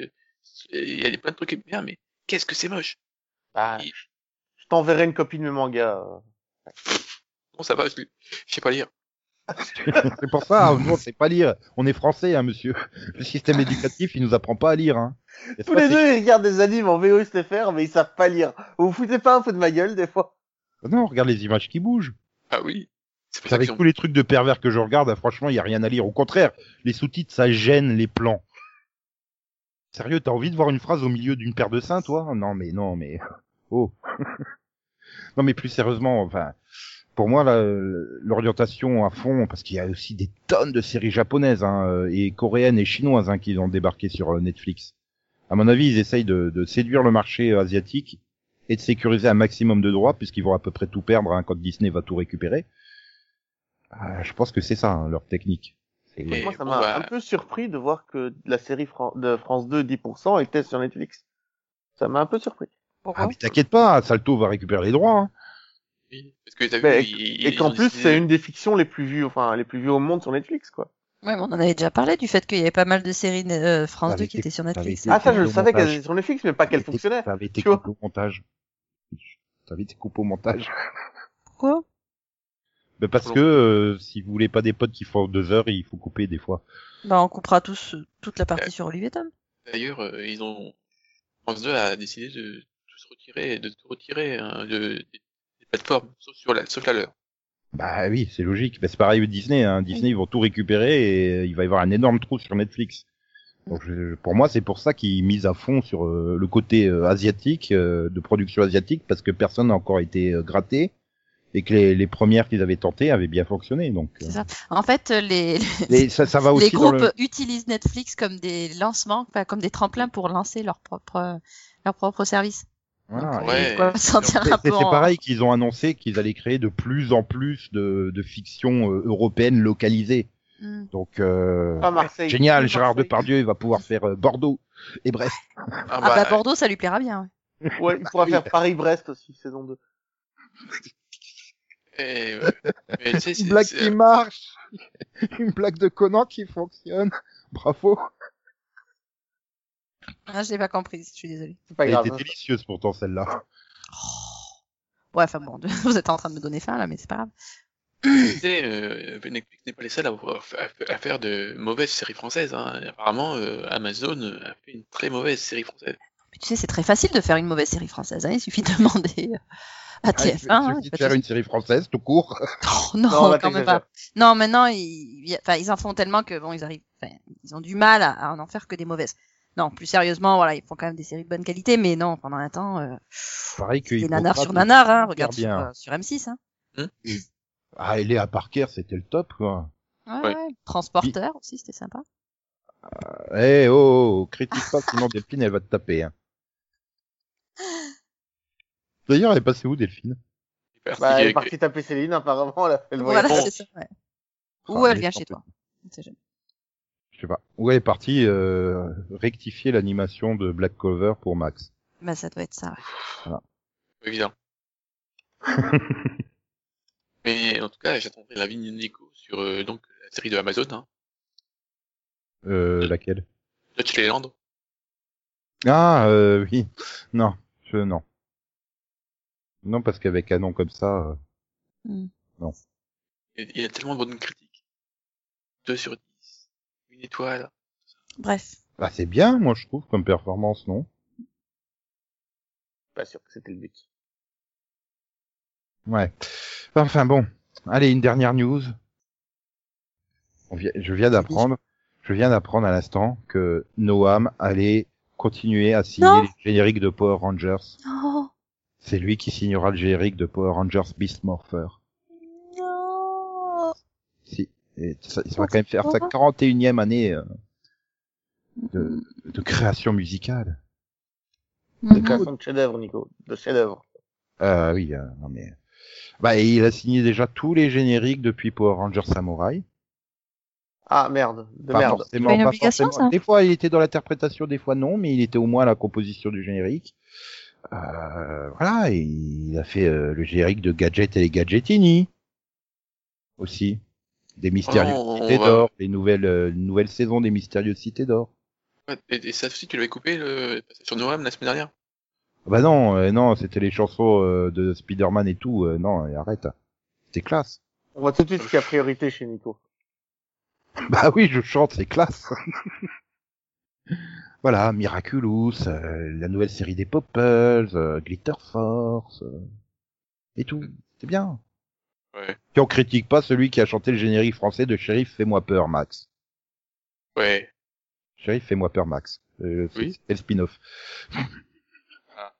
il y a des- plein de trucs bien, mais qu'est-ce que c'est moche
Bah,
Il-
je t'enverrai une copie de mes mangas. euh.
Bon, ça va, je je sais pas lire.
c'est pour ça. hein, nous, on sait pas lire. On est français, hein, monsieur. Le système éducatif, il nous apprend pas à lire. Hein. Et
Tous
ça, c'est-
les deux, ils regardent des animes en VO SFR, mais ils savent pas lire. Vous vous foutez pas un peu de ma gueule, des fois
Non, regarde les images qui bougent.
Ah oui. C'est pour
Puis
ça
avec
qu'ils ont-
tous les trucs de pervers que je regarde, ah, franchement, il y a rien à lire. Au contraire, les sous-titres, ça gêne les plans. Sérieux, t'as envie de voir une phrase au milieu d'une paire de seins, toi Non, mais non, mais oh. non, mais plus sérieusement, enfin, pour moi, la- l'orientation à fond, parce qu'il y a aussi des tonnes de séries japonaises hein, et coréennes et chinoises hein, qui ont débarqué sur euh, Netflix. À mon avis, ils essayent de, de séduire le marché euh, asiatique et de sécuriser un maximum de droits, puisqu'ils vont à peu près tout perdre hein, quand Disney va tout récupérer. Ah, je pense que c'est ça, hein, leur technique. C'est-
Et
Moi, ça
bon,
m'a
bah,
un peu surpris de voir que la série Fran- de France 2 10% était sur Netflix. Ça m'a un peu surpris.
Pourquoi
Ah, mais t'inquiète pas, Salto va récupérer les droits. hein.
oui, parce que t'as
Mais
vu, ils-
Et
ils
qu'en
ont
plus,
décidé-
c'est une des fictions les plus vues, enfin, les plus vues au monde sur Netflix, quoi.
Ouais, mais on en avait déjà parlé du fait qu'il y avait pas mal de séries euh, France
Avec
2 qui
des-
étaient sur
avec
Netflix.
des-
Ah, ça, je le
au
savais qu'elle
montage.
était sur Netflix, mais pas
T'avais
qu'elle
été-
fonctionnait.
T'avais été
tu vois.
coupé au montage. T'avais été coupé au montage.
Pourquoi
Ben, parce que euh, si vous voulez pas des potes qui font deux heures, il faut couper des fois.
Bah, on coupera tous euh, toute la partie sur Olivier Tom.
D'ailleurs, euh, ils ont France 2 a décidé de tout se retirer, de tout retirer hein, de, des plateformes, sauf sur la, sauf la leur.
Bah oui, c'est logique. Bah, c'est pareil avec Disney. Hein. Disney, ils vont tout récupérer et euh, il va y avoir un énorme trou sur Netflix. Donc je- pour moi, c'est pour ça qu'ils misent à fond sur euh, le côté euh, asiatique, euh, de production asiatique, parce que personne n'a encore été euh, gratté et que les, les premières qu'ils avaient tentées avaient bien fonctionné. Donc euh,
C'est ça. En fait, euh, les,
et ça, ça va aussi
les
dans
groupes
le-
utilisent Netflix comme des lancements, enfin, comme des tremplins pour lancer leur propre, leur propre service.
Voilà.
Ah,
Donc,
Et-
Ouais.
on va se sentir
C'est
un peu
c'est- c'est
en-
pareil qu'ils ont annoncé qu'ils allaient créer de plus en plus de, de fictions euh, européennes localisées.
Mm.
Donc euh,
Pas Marseille.
génial,
Pas
Gérard
Marseille.
Depardieu, il va pouvoir faire euh, Bordeaux et Brest.
Ah
Ah bah, Bordeaux, ça lui plaira bien. ouais.
Ouais, il pourra faire Paris-Brest aussi, saison 2.
eh, ouais. Mais tu sais, c'est-
Une blague
c'est-
qui marche, une blague de Conan qui fonctionne. Bravo.
Ah, je l'ai pas comprise, je suis désolée.
C'est pas
Elle
grave.
était
hein.
délicieuse pourtant celle-là.
Ouais, enfin bon, vous êtes en train de me donner faim là, mais c'est pas grave.
Tu sais, euh, Netflix n'est pas les seuls à, à- à faire de mauvaises séries françaises. Hein. Apparemment, euh, Amazon a fait une très mauvaise série française.
Mais tu sais, c'est très facile de faire une mauvaise série française. hein, Il suffit de demander euh,
Ah,
à
il
TF1.
suffit
hein,
de
il fait
faire
tout-
une série française tout court.
Oh, non,
Non, là,
quand même
t'exagères.
pas. Non, maintenant, ils, ils- enfin, ils en font tellement que bon, ils arrivent, enfin, ils ont du mal à, à en faire que des mauvaises. Non, plus sérieusement, voilà, ils font quand même des séries de bonne qualité, mais non, pendant un temps, euh,
Pareil que
des nanars
Hippocrate,
sur nanars, hein,
super
regarde sur,
bien.
euh, sur M6, hein.
Ah, Eléa Parker, c'était le top quoi.
Ouais,
Ouais.
ouais. Transporteur aussi, c'était sympa.
Eh oh, oh, critique pas sinon Delphine elle va te taper. Hein. D'ailleurs, elle est passée où Delphine
Il est parti,
Bah, elle est
avec-
partie taper Céline, apparemment, elle a fait le
voilà,
voyage.
c'est ça. Ouais.
Ah,
Ou elle
mais
vient
tant
chez
pis.
toi. On sait jamais.
Je sais pas. Où elle est partie euh, rectifier l'animation de Black Clover pour Max.
Bah, ça doit être ça. ouais.
évident. Mais en tout cas, j'attendrai l'avis de Nico sur euh, donc la série de Amazon, hein,
Euh, laquelle
Dutch Leyland.
Ah euh, oui. Non, je non. Non parce qu'avec un nom comme ça. euh,
Il il y a tellement de bonnes critiques. 2 sur 10. Une étoile.
Bref.
Bah c'est bien, moi je trouve comme performance, non
Pas sûr que c'était le but.
Ouais. Enfin bon. Allez, une dernière news. On vi- je viens d'apprendre, je viens d'apprendre à l'instant que Noam allait continuer à signer
Non.
les génériques de Power Rangers.
Non,
C'est lui qui signera le générique de Power Rangers Beast Morpher.
non.
Si. Et ça, il va quand même faire sa 41e année euh, de, de création musicale.
Mhm.
De création de chef-d'œuvre, Nico. De chef-d'œuvre.
Euh, oui, euh, non mais. Bah, et il a signé déjà tous les génériques depuis Power Rangers Samurai.
Ah, merde. De
Pas
merde.
forcément,
C'est une
pas
obligation,
forcément.
ça
Des fois, il était dans l'interprétation, des fois non, mais il était au moins à la composition du générique. Euh, voilà, et il a fait euh, le générique de Gadget et les Gadgetini. Aussi. Des mystérieuses
Oh, on
cités
va-
d'or, les nouvelles, euh, nouvelles saisons des mystérieuses cités d'or.
Ouais, Et, et ça aussi, tu l'avais coupé le... sur Noam la semaine dernière.
Ah Bah non, euh, non, c'était les chansons euh, de Spider-Man et tout. euh, non, euh, arrête. C'était classe.
On voit tout de suite ce qui a priorité chez Nico.
Bah oui, je chante, c'est classe. voilà, Miraculous, euh, la nouvelle série des Popples, euh, Glitter Force, euh, et tout. C'est bien.
Ouais.
Puis on critique pas celui qui a chanté le générique français de Shérif Fais-moi peur, Max.
Ouais.
Shérif Fais-moi peur, Max. Euh, c'est-
Oui.
C'était le spin-off.
Ah.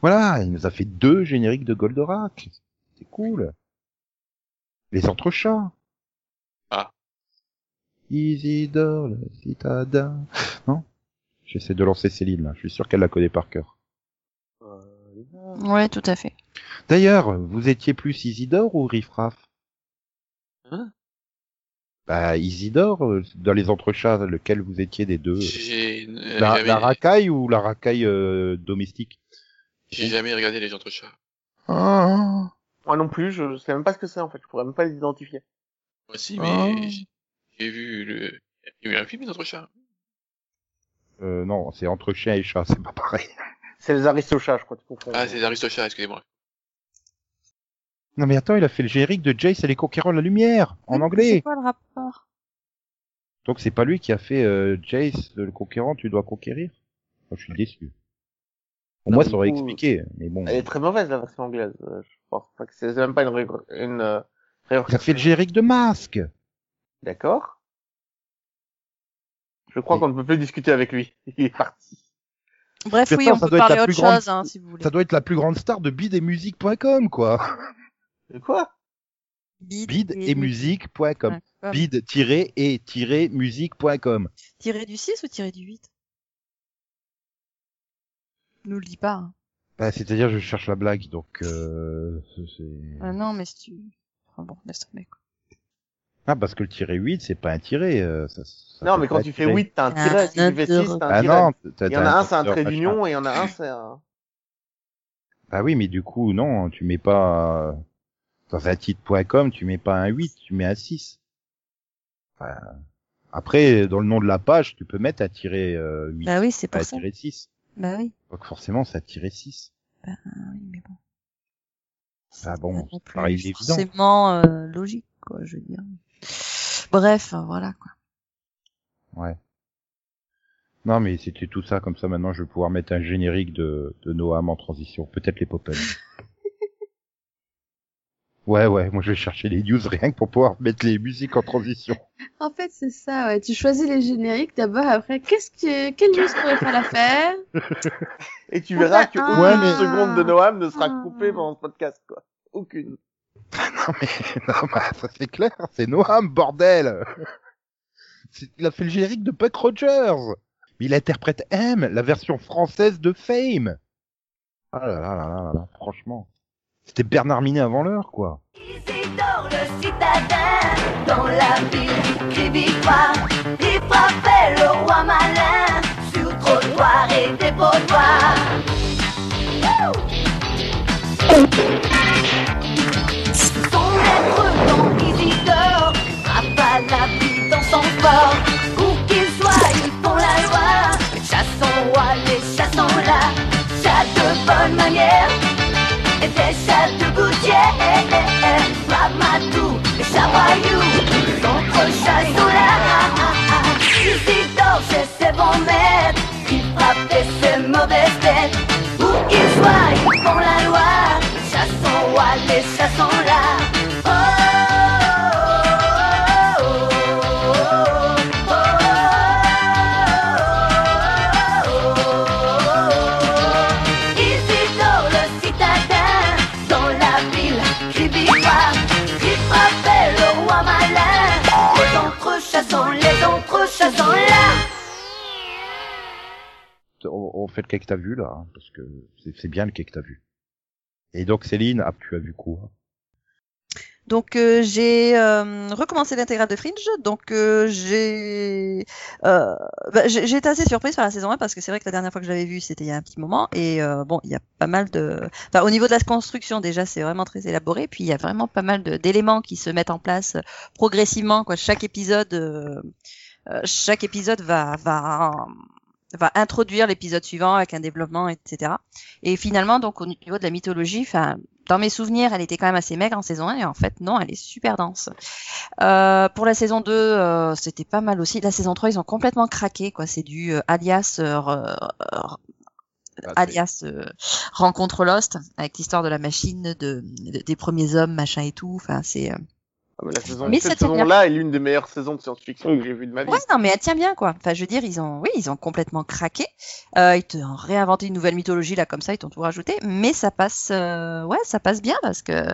Voilà, il nous a fait deux génériques de Goldorak. C'est cool. Les entrechats.
Ah.
Isidore, le citadin. Non J'essaie de lancer Céline, là. Je suis sûr qu'elle la connaît par cœur.
Ouais, tout à fait.
D'ailleurs, vous étiez plus Isidore ou Riffraff
Hein
Bah, Isidore, euh, dans les entrechats, lequel vous étiez des deux
J'ai
la,
euh,
la
jamais...
racaille ou la racaille euh, domestique
j'ai jamais regardé Les Entrechats.
Ah,
Moi non plus, je sais même pas ce que c'est, en fait. Je pourrais même pas les identifier.
Moi aussi,
Oh.
mais j'ai- j'ai vu le. Il y a eu un film Les Entrechats.
euh, Non, c'est entre chien et chat, c'est pas pareil.
C'est les aristochats, je crois, tu confonds.
Ah, c'est les Aristochats, excusez-moi.
Non mais attends, il a fait le générique de Jace et les conquérants de la lumière en anglais.
C'est quoi le rapport
Donc c'est pas lui qui a fait euh, Jace le conquérant, tu dois conquérir. Moi, je suis déçu. Pour
Non,
moi,
mais
ça aurait
du coup,
expliqué, mais bon.
Elle est très mauvaise, la version anglaise. euh, Je pense pas que c'est c'est même pas une, régr- une euh,
Il a fait le générique de Masque.
D'accord. Je crois
Mais-
qu'on ne peut plus discuter avec lui. Il est parti.
Bref,
Pourtant,
oui, on
ça
peut
doit être
parler
la
autre
plus grande-
chose, hein, si vous voulez.
Ça doit être la plus grande star de bidemusique.com, quoi.
De quoi
Bide,
Bid et musique.com.
Ouais, comme.
Bid-et-musique.com.
Tirer du 6 ou tirer du 8 Nous le dis pas. hein.
Bah, c'est-à-dire, je cherche la blague, donc, euh, c'est...
Ah non, mais si tu... Enfin bon, laisse tomber. quoi.
Ah, parce que le tiré 8, c'est pas un tiré, euh, ça, ça
Non,
peut
mais
pas
quand tu
être
fais
tiré.
8, t'as un tiret. Si tu fais 6, t'as un
Ah
tiret.
non, t'as-
Il y en
t'as
a un, c'est un
facteur,
trait
machin.
d'union, et il y en a un, c'est un...
Bah oui, mais du coup, non, tu mets pas, euh, dans un titre.com, tu mets pas un 8, tu mets un 6. Enfin, après, dans le nom de la page, tu peux mettre un tiré euh, 8,
Bah oui, c'est
pas
pour
un
ça.
tiré 6.
Bah oui.
Donc forcément, c'est un tiré 6.
Ah oui, mais bon.
Bah bon,
non plus
pareil, évident.
forcément euh, logique, quoi, je veux dire. Bref, euh, voilà, quoi.
Non, mais c'était tout ça, comme ça, maintenant, je vais pouvoir mettre un générique de, de Noam en transition. Peut-être les Popeye. ouais, ouais, moi, je vais chercher les news rien que pour pouvoir mettre les musiques en transition.
En fait, c'est ça, ouais. Tu choisis les génériques d'abord, après, qu'est-ce que, quelle news pourrait faire l'affaire
Et tu
On
verras
a
que
un.
aucune
Ouais, mais-
seconde de Noam ne sera
Ah.
coupée pendant ce podcast, quoi. Aucune.
non, mais, non, bah, ça, c'est clair, c'est Noam, bordel! C'est- Il a fait le générique de Puck Rogers! Mais il interprète M, la version française de Fame! Ah là là là là là, là, franchement. C'était Bernard Minet avant l'heure, quoi.
Isidore le citadin, dans la ville du Québécois, il frappait le roi malin sur trottoir et dépotoir. Son maître dans Isidore frappa la vie dans son fort. Où qu'il soit, ils font la loi. Chassons roi, les chassons là, chat de bonne manière. Et des chats de gouttière, Ramadou et Chabayou, d'autres chats sont là. Isidore, chez ses bons maîtres, qui frappait ses mauvaises têtes. Où qu'ils soient, ils font la loi. Chassons roi, les chats sont là. Oh, oh, oh, oh, oh, oh, oh. Isidore le citadin dans la ville québécois qui frappait le roi malin. Les autres chassons, les autres chassons là.
on, on fait le quai que t'as vu là, hein, parce que c'est c'est bien le quai que t'as vu. Et donc Céline, ah, tu as vu quoi
Donc euh, j'ai euh, recommencé l'intégrale de Fringe, donc euh, j'ai euh, bah, j'ai j'ai été assez surprise par la saison 1 parce que c'est vrai que la dernière fois que je l'avais vue c'était il y a un petit moment et euh, bon il y a pas mal de enfin au niveau de la construction déjà c'est vraiment très élaboré puis il y a vraiment pas mal de- d'éléments qui se mettent en place progressivement quoi chaque épisode euh, euh, chaque épisode va va va introduire l'épisode suivant avec un développement etc et finalement donc au niveau de la mythologie enfin dans mes souvenirs, elle était quand même assez maigre en saison 1 et en fait non, elle est super dense. Euh, pour la saison 2, euh, c'était pas mal aussi. La saison 3, ils ont complètement craqué quoi, c'est du euh, alias euh, re- alias euh, rencontre Lost avec l'histoire de la machine de, de- des premiers hommes, machin et tout. Enfin, c'est euh,
Ah, mais la saison,
Mais
cette
c'était bien.
saison-là est l'une des meilleures saisons de science-fiction que j'ai vues de ma vie.
Ouais, non, mais elle tient bien, quoi. Enfin, je veux dire, ils ont, oui, ils ont complètement craqué. Euh, ils t'ont réinventé une nouvelle mythologie là, comme ça, ils t'ont tout rajouté. Mais ça passe, euh, ouais, ça passe bien parce que,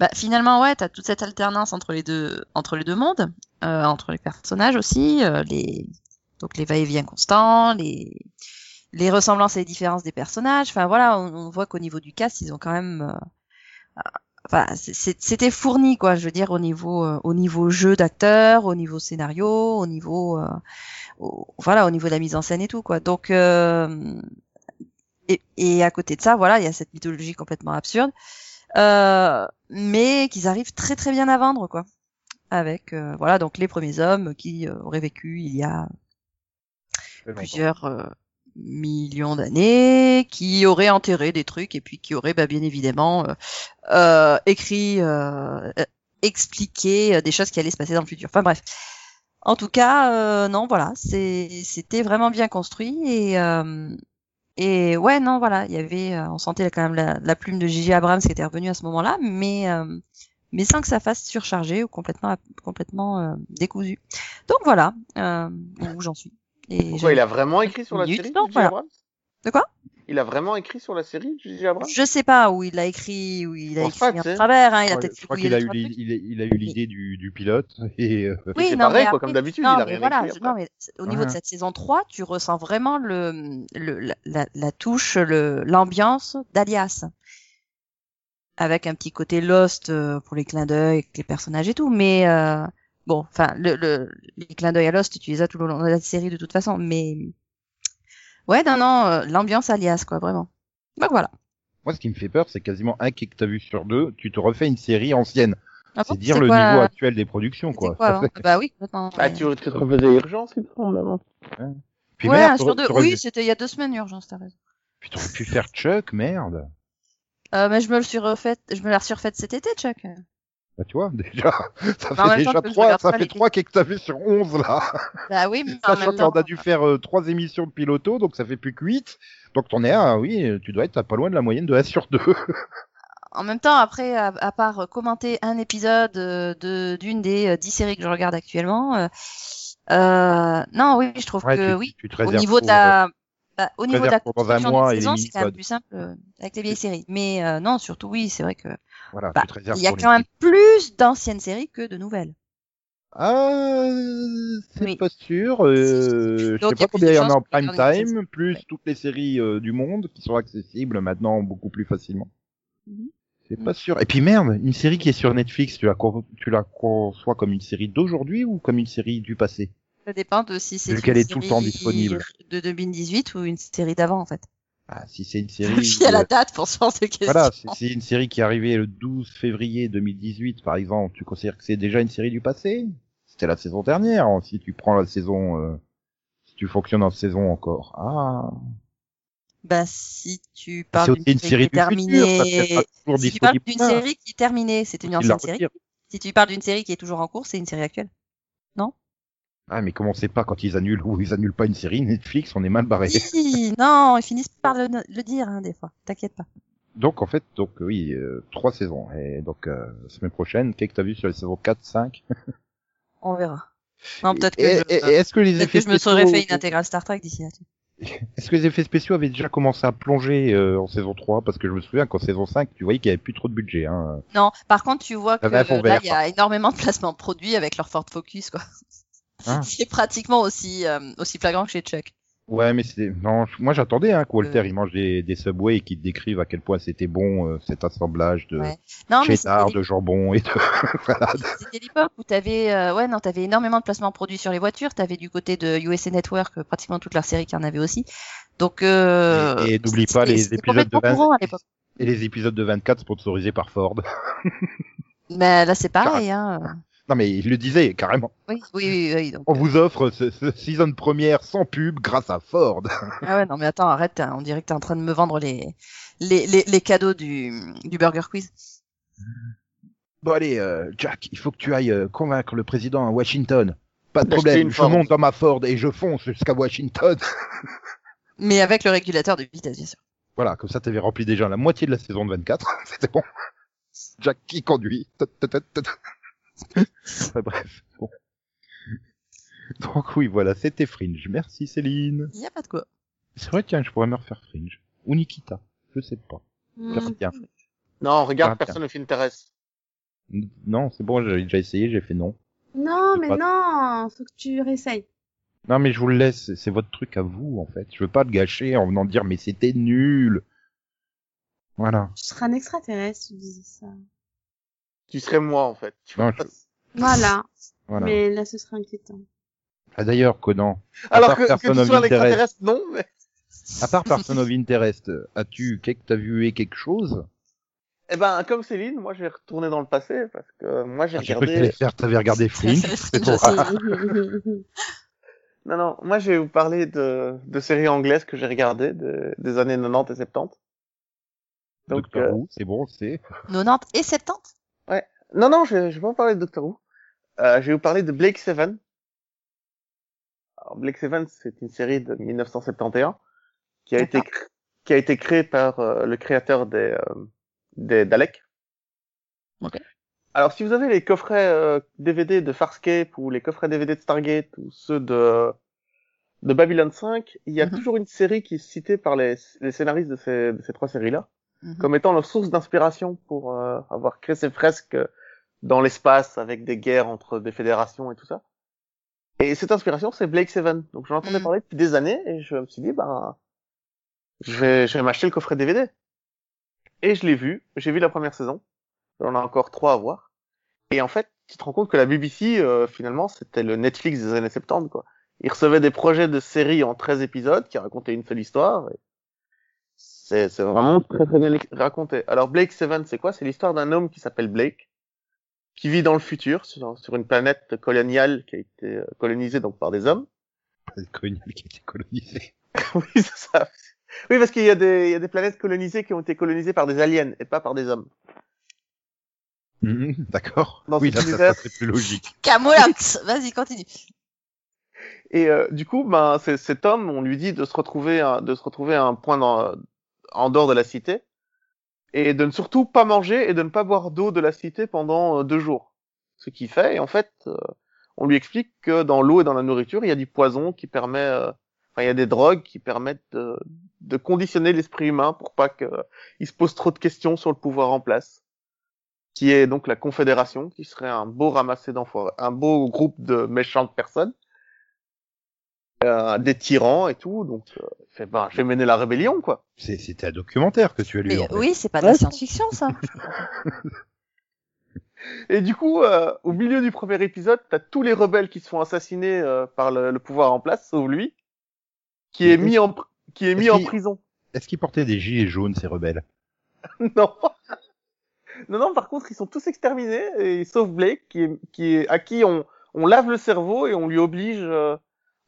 bah, finalement, ouais, t'as toute cette alternance entre les deux, entre les deux mondes, euh, entre les personnages aussi, euh, les, donc les va-et-vient constants, les, les ressemblances et les différences des personnages. Enfin, voilà, on, on voit qu'au niveau du cast, ils ont quand même. euh, euh, Enfin, c'est- c'est- c'était fourni, quoi. Je veux dire, au niveau, euh, au niveau jeu d'acteur, au niveau scénario, au niveau, euh, au- voilà, au niveau de la mise en scène et tout, quoi. Donc, euh, et, et à côté de ça, voilà, il y a cette mythologie complètement absurde, euh, mais qu'ils arrivent très très bien à vendre, quoi. Avec, euh, voilà, donc les premiers hommes qui euh, auraient vécu il y a
Très longtemps.
plusieurs euh, millions d'années, qui aurait enterré des trucs et puis qui aurait bah, bien évidemment euh, euh, écrit, euh, euh, expliqué euh, des choses qui allaient se passer dans le futur. Enfin bref. En tout cas, euh, non, voilà, c'est- c'était vraiment bien construit et euh, et ouais, non, voilà, il y avait, euh, on sentait quand même la, la plume de Gigi Abrams qui était revenue à ce moment-là, mais euh, mais sans que ça fasse surcharger ou complètement complètement euh, décousu. Donc voilà euh, où j'en suis. Et
Pourquoi
j'ai-
il a vraiment écrit sur la
minutes,
série
non,
J.J.
voilà.
Abrams
De quoi
Il a vraiment écrit sur la série J.J. Abrams
Je sais pas où il a écrit, où il a
Je pense pas,
écrit
tu
un
sais.
travers, hein, il a
Ouais,
peut-être
je crois
fouillé
qu'il a
deux,
eu
trois
l'i-
trucs.
il a- il a eu l'idée du, du pilote et euh,
Oui,
c'est
non, mais
pareil, quoi,
après-
comme d'habitude,
non,
il a
mais
rien
voilà,
écrit.
non, mais c'est- au niveau
Ouais.
de cette saison 3, tu ressens vraiment le, le la- la, la touche, le l'ambiance d'Alias. Avec un petit côté Lost euh, pour les clins d'œil, avec les personnages et tout, mais euh, bon, enfin, le, le, les clins d'œil à Lost, tu les as tout le long de la série de toute façon, mais ouais, non, non, euh, l'ambiance Alias, quoi, vraiment. Donc voilà.
moi ce qui me fait peur c'est quasiment un kick que t'as vu sur deux, tu te refais une série ancienne.
Ah bon,
C'est dire
c'était
le
quoi,
niveau
euh,
actuel des productions
c'était
quoi.
quoi avant Bah oui, complètement.
Ah,
ouais.
tu tu te refaisais urgence, il me semble, avant.
Puis
ouais, un
merde, tu
sur
re-
deux.
tu re-
Oui, c'était il y a deux semaines, urgence, t'as raison.
puis t'aurais pu faire Chuck, merde.
Euh, mais je me le suis refaite, je me l'ai refaite cet été, Chuck.
Bah tu vois, déjà, ça fait
en même temps,
déjà
je
trois,
regarde
ça
pas
fait
les-
trois que t'as vu sur 11 là.
Bah oui, mais en
Sachant
même temps.
qu'on a dû faire euh, trois émissions de piloto, donc ça fait plus que 8. Donc t'en es à, oui, euh, tu dois être à pas loin de la moyenne de 1 sur 2.
En même temps, après, à, à part commenter un épisode euh, de d'une des euh, dix séries que je regarde actuellement, euh, euh, non, oui, je trouve que
tu,
oui,
tu te
au
réserves
niveau de
pour, euh,
la, bah, au niveau de la
réserves pour dans un
construction
mois et
des
les
saisons, c'est quand même
mini-pods.
plus simple euh, avec les vieilles séries. Mais euh, non, surtout oui, c'est vrai que
euh, voilà,
bah,
tu te réserves
il y a
pour les
quand même
petits.
plus d'anciennes séries que de nouvelles.
Ah, c'est
Oui.
pas sûr. Euh, je
Donc,
sais
il y a
pas
plus de
combien il y en a
chances
en
pour
prime
faire une
time, plus toutes les séries euh, du monde qui sont accessibles maintenant beaucoup plus facilement.
Mhm.
C'est pas sûr. Et puis merde, une série qui est sur Netflix, tu la, con- tu la conçois comme une série d'aujourd'hui ou comme une série du passé
Ça dépend de si c'est
Vu
une
qu'elle est tout le
série
temps disponible.
de 2018 ou une série d'avant en fait.
Ah, si c'est une série...
Vérifie à
euh,
la date pour ce genre de questions.
Voilà, c'est c'est une série qui est arrivée le 12 février 2018, par exemple. Tu considères que c'est déjà une série du passé C'était la saison dernière, hein, si tu prends la saison... euh, si tu fonctionnes en saison encore. Ah
Bah si tu
C'est
parles
aussi une
d'une série
série
qui
du
est
futur, parce qu'elle sera
terminée,
toujours
si tu parles
disponible.
d'une
Ah,
série qui est terminée, c'est une
il la
ancienne série.
retire.
Si tu parles d'une série qui est toujours en cours, c'est une série actuelle.
Ah, mais comment on sait pas quand ils annulent ou ils annulent pas une série Netflix, on est mal barré.
Si, non, ils finissent par le, le dire hein, des fois. T'inquiète pas.
donc, en fait, donc oui, euh, trois saisons. Et donc, euh, semaine prochaine, qu'est-ce que t'as vu sur les saisons 4, 5
On verra. Non, peut-être que,
Et-
je-
et- et Est-ce que les
peut-être
effets
que je me serais fait une
spéciaux-
intégrale Star Trek d'ici là.
Est-ce que les effets spéciaux avaient déjà commencé à plonger euh, en saison 3 Parce que je me souviens qu'en saison 5, tu voyais qu'il y avait plus trop de budget. Hein.
Non, par contre, tu vois que
Ça va, fond
là,
vert.
il y a énormément de placements produits avec leur Ford Focus, quoi.
Hein
C'est pratiquement aussi, euh, aussi flagrant que chez Chuck.
Ouais, mais c'est... Non, je- moi j'attendais hein, que Walter il mange des, des Subway et qu'il te décrive à quel point c'était bon euh, cet assemblage de
Ouais. Non, mais c'était
cheddar,
des-
de jambon et de... voilà.
C'était l'époque où t'avais, euh, ouais, non, t'avais énormément de placements produits sur les voitures. T'avais du côté de USA Network euh, pratiquement toute leur série qui en avait aussi. Donc, euh,
Et- et n'oublie pas
c'était-
les
c'était
épisodes
complètement
de vingt-
courant à l'époque.
Et les épisodes de 24 sponsorisés par Ford.
Mais là, c'est pareil. Hein.
Non mais il le disait carrément.
Oui, oui, oui. oui, donc. euh,
On vous offre ce, ce season première sans pub grâce à Ford.
Ah ouais, non, mais attends, arrête. hein, On dirait que t'es en train de me vendre les les, les, les cadeaux du, du Burger Quiz.
Bon allez, euh, Jack, il faut que tu ailles euh, convaincre le président à Washington. Pas de
D'acheter
problème,
une
je
Ford.
monte dans ma Ford et je fonce jusqu'à Washington.
Mais avec le régulateur de vitesse, bien sûr.
Voilà, comme ça t'avais rempli déjà la moitié de la saison de 24, c'était bon. Jack qui conduit. Tut, tut, tut, tut. Enfin, bref, bon. Donc oui, voilà, c'était Fringe. Merci Céline.
Il y a pas de quoi.
C'est vrai, tiens, je pourrais me refaire Fringe. Ou Nikita, je sais pas.
Mm.
Tiens.
Non, regarde,
Ah,
personne ne t'intéresse.
Non, c'est bon, j'avais déjà essayé, j'ai fait non.
Non,
C'est
mais
pas-
non, faut que tu réessayes.
Non mais je vous le laisse, c'est votre truc à vous en fait. Je veux pas le gâcher en venant dire mais c'était nul. Voilà.
Tu serais un extraterrestre, tu disais ça.
Tu serais moi, en fait. Tu
Non,
vois.
Voilà,
voilà.
mais là, ce serait inquiétant.
Ah, D'ailleurs, Conan,
Alors
part
que, que
personne
tu sois un
n'intéresse.
extraterrestre, non, mais...
à part Person of Interest, as-tu quelque t'as vu et quelque chose
Eh ben, comme Céline, moi, je vais retourner dans le passé, parce que moi, j'ai
Ah, J'ai cru que Ah.
regardé...
t'allais faire, t'avais regardé Fringe.
Fringe
c'est trop
aussi.
rare.
Non, non, moi je vais vous parler de, de séries anglaises que j'ai regardées de- des années 90 et 70. Donc,
Doctor
euh,
Who, c'est bon, c'est.
90 et 70
non, non, je, je vais pas vous parler de Doctor Who. Euh, je vais vous parler de Blake Seven. Alors, Blake Seven, c'est une série de 1971 qui a été cr- qui a été créée par euh, le créateur des euh, des Daleks.
Ok.
Alors, si vous avez les coffrets euh, DVD de Farscape ou les coffrets DVD de Stargate ou ceux de de Babylon 5, il y a
Mhm.
toujours une série qui est citée par les, les scénaristes de ces, de ces trois séries-là
Mhm.
comme étant leur source d'inspiration pour euh, avoir créé ces fresques dans l'espace avec des guerres entre des fédérations et tout ça. Et cette inspiration, c'est Blake Seven. Donc j'en entendais
Mhm.
parler depuis des années et je me suis dit, ben, je vais, je vais m'acheter le coffret DVD. Et je l'ai vu, j'ai vu la première saison. J'en ai encore trois à voir. Et en fait, tu te rends compte que la BBC, euh, finalement, c'était le Netflix des années 70, quoi. Ils recevaient des projets de séries en 13 épisodes qui racontaient une seule histoire. et C'est c'est vraiment très très bien éc- raconté. Alors Blake Seven, c'est quoi C'est l'histoire d'un homme qui s'appelle Blake, qui vit dans le futur, sur, sur une planète coloniale qui a été euh, colonisée donc par des hommes.
C'est colonial qui a été colonisé.
oui, c'est ça. Oui, parce qu'il y, a des- il y a des planètes colonisées qui ont été colonisées par des aliens et pas par des hommes.
Mhm, D'accord.
Dans
Oui,
cet
là, ça, ça
univers-
serait plus logique.
Camelot Vas-y, continue.
Et euh, du coup, ben, c'est- cet homme, on lui dit de se retrouver, un- de se retrouver à un point dans- en dehors de la cité et de ne surtout pas manger et de ne pas boire d'eau de la cité pendant euh, deux jours. Ce qu'il fait, et en fait, euh, on lui explique que dans l'eau et dans la nourriture, il y a du poison qui permet, euh, enfin, il y a des drogues qui permettent de, de conditionner l'esprit humain pour pas que il se pose trop de questions sur le pouvoir en place, qui est donc la Confédération, qui serait un beau ramassé d'enfoirés, un beau groupe de méchantes personnes euh, des tyrans et tout. Donc, euh, il fait, ben, je vais mener la rébellion, quoi.
C'est- C'était un documentaire que tu as lu.
Mais
en fait.
oui, c'est pas de la
Ouais.
science-fiction, ça.
Et du coup, euh, au milieu du premier épisode, t'as tous les rebelles qui se font assassiner euh, par le, le pouvoir en place, sauf lui, qui est
Mais
mis en pr- qui est mis
est-ce
en
qu'il-
prison.
Est-ce qu'ils portaient des gilets jaunes, ces rebelles
non. Non, non, par contre, ils sont tous exterminés, et, sauf Blake, qui est, qui est, à qui on, on lave le cerveau et on lui oblige euh,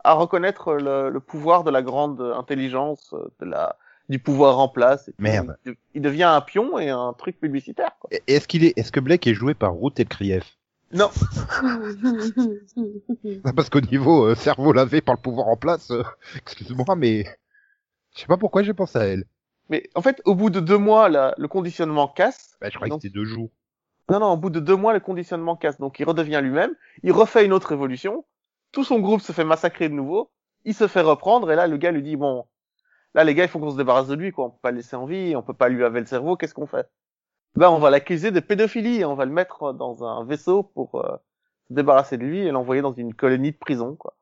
à reconnaître le, le pouvoir de la grande intelligence, euh, de la, du pouvoir en place. et tout.
Merde.
Il, de- il devient un pion et un truc publicitaire. quoi.
Et- Est-ce qu'il est, est-ce que Blake est joué par Ruth Elkrief
Non,
Parce qu'au niveau euh, cerveau lavé par le pouvoir en place, euh, excuse-moi, mais je sais pas pourquoi j'ai pensé à elle.
mais en fait, au bout de deux mois, la- le conditionnement casse.
Bah, je croyais
Donc-
que c'était deux jours.
Non, non, au bout de deux mois, le conditionnement casse. Donc, il redevient lui-même. Il refait une autre évolution. Tout son groupe se fait massacrer de nouveau. Il se fait reprendre. Et là, le gars lui dit, bon, là, les gars, il faut qu'on se débarrasse de lui, quoi. On peut pas le laisser en vie. On peut pas lui laver le cerveau. Qu'est-ce qu'on fait? Ben, on va l'accuser de pédophilie. et On va le mettre dans un vaisseau pour euh, se débarrasser de lui et l'envoyer dans une colonie de prison, quoi.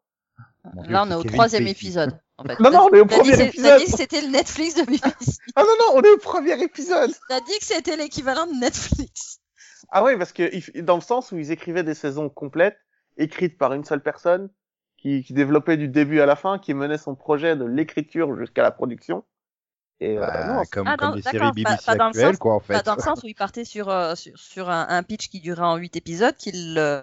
Mon Dieu,
Là, on
c'est
est au
Kevin
troisième
Spacey.
épisode. En fait.
Non, non, on est au
T'as dit-
premier
c'est- T'as
épisode.
dit que c'était le Netflix de BBC.
Ah non, non, on est au premier épisode!
T'as dit que c'était l'équivalent de Netflix.
Ah ouais, parce que il f- dans le sens où ils écrivaient des saisons complètes, écrites par une seule personne, qui, qui développait du début à la fin, qui menait son projet de l'écriture jusqu'à la production. Et euh,
Bah,
non,
comme,
Ah,
comme
dans-
les
d'accord,
séries
pas-
BBC
pas dans le
actuelles,
sens-
quoi, en
Enfin,
fait.
Bah, dans le sens où il partait sur, euh, sur, sur un, un pitch qui durait en 8 épisodes, qu'il euh,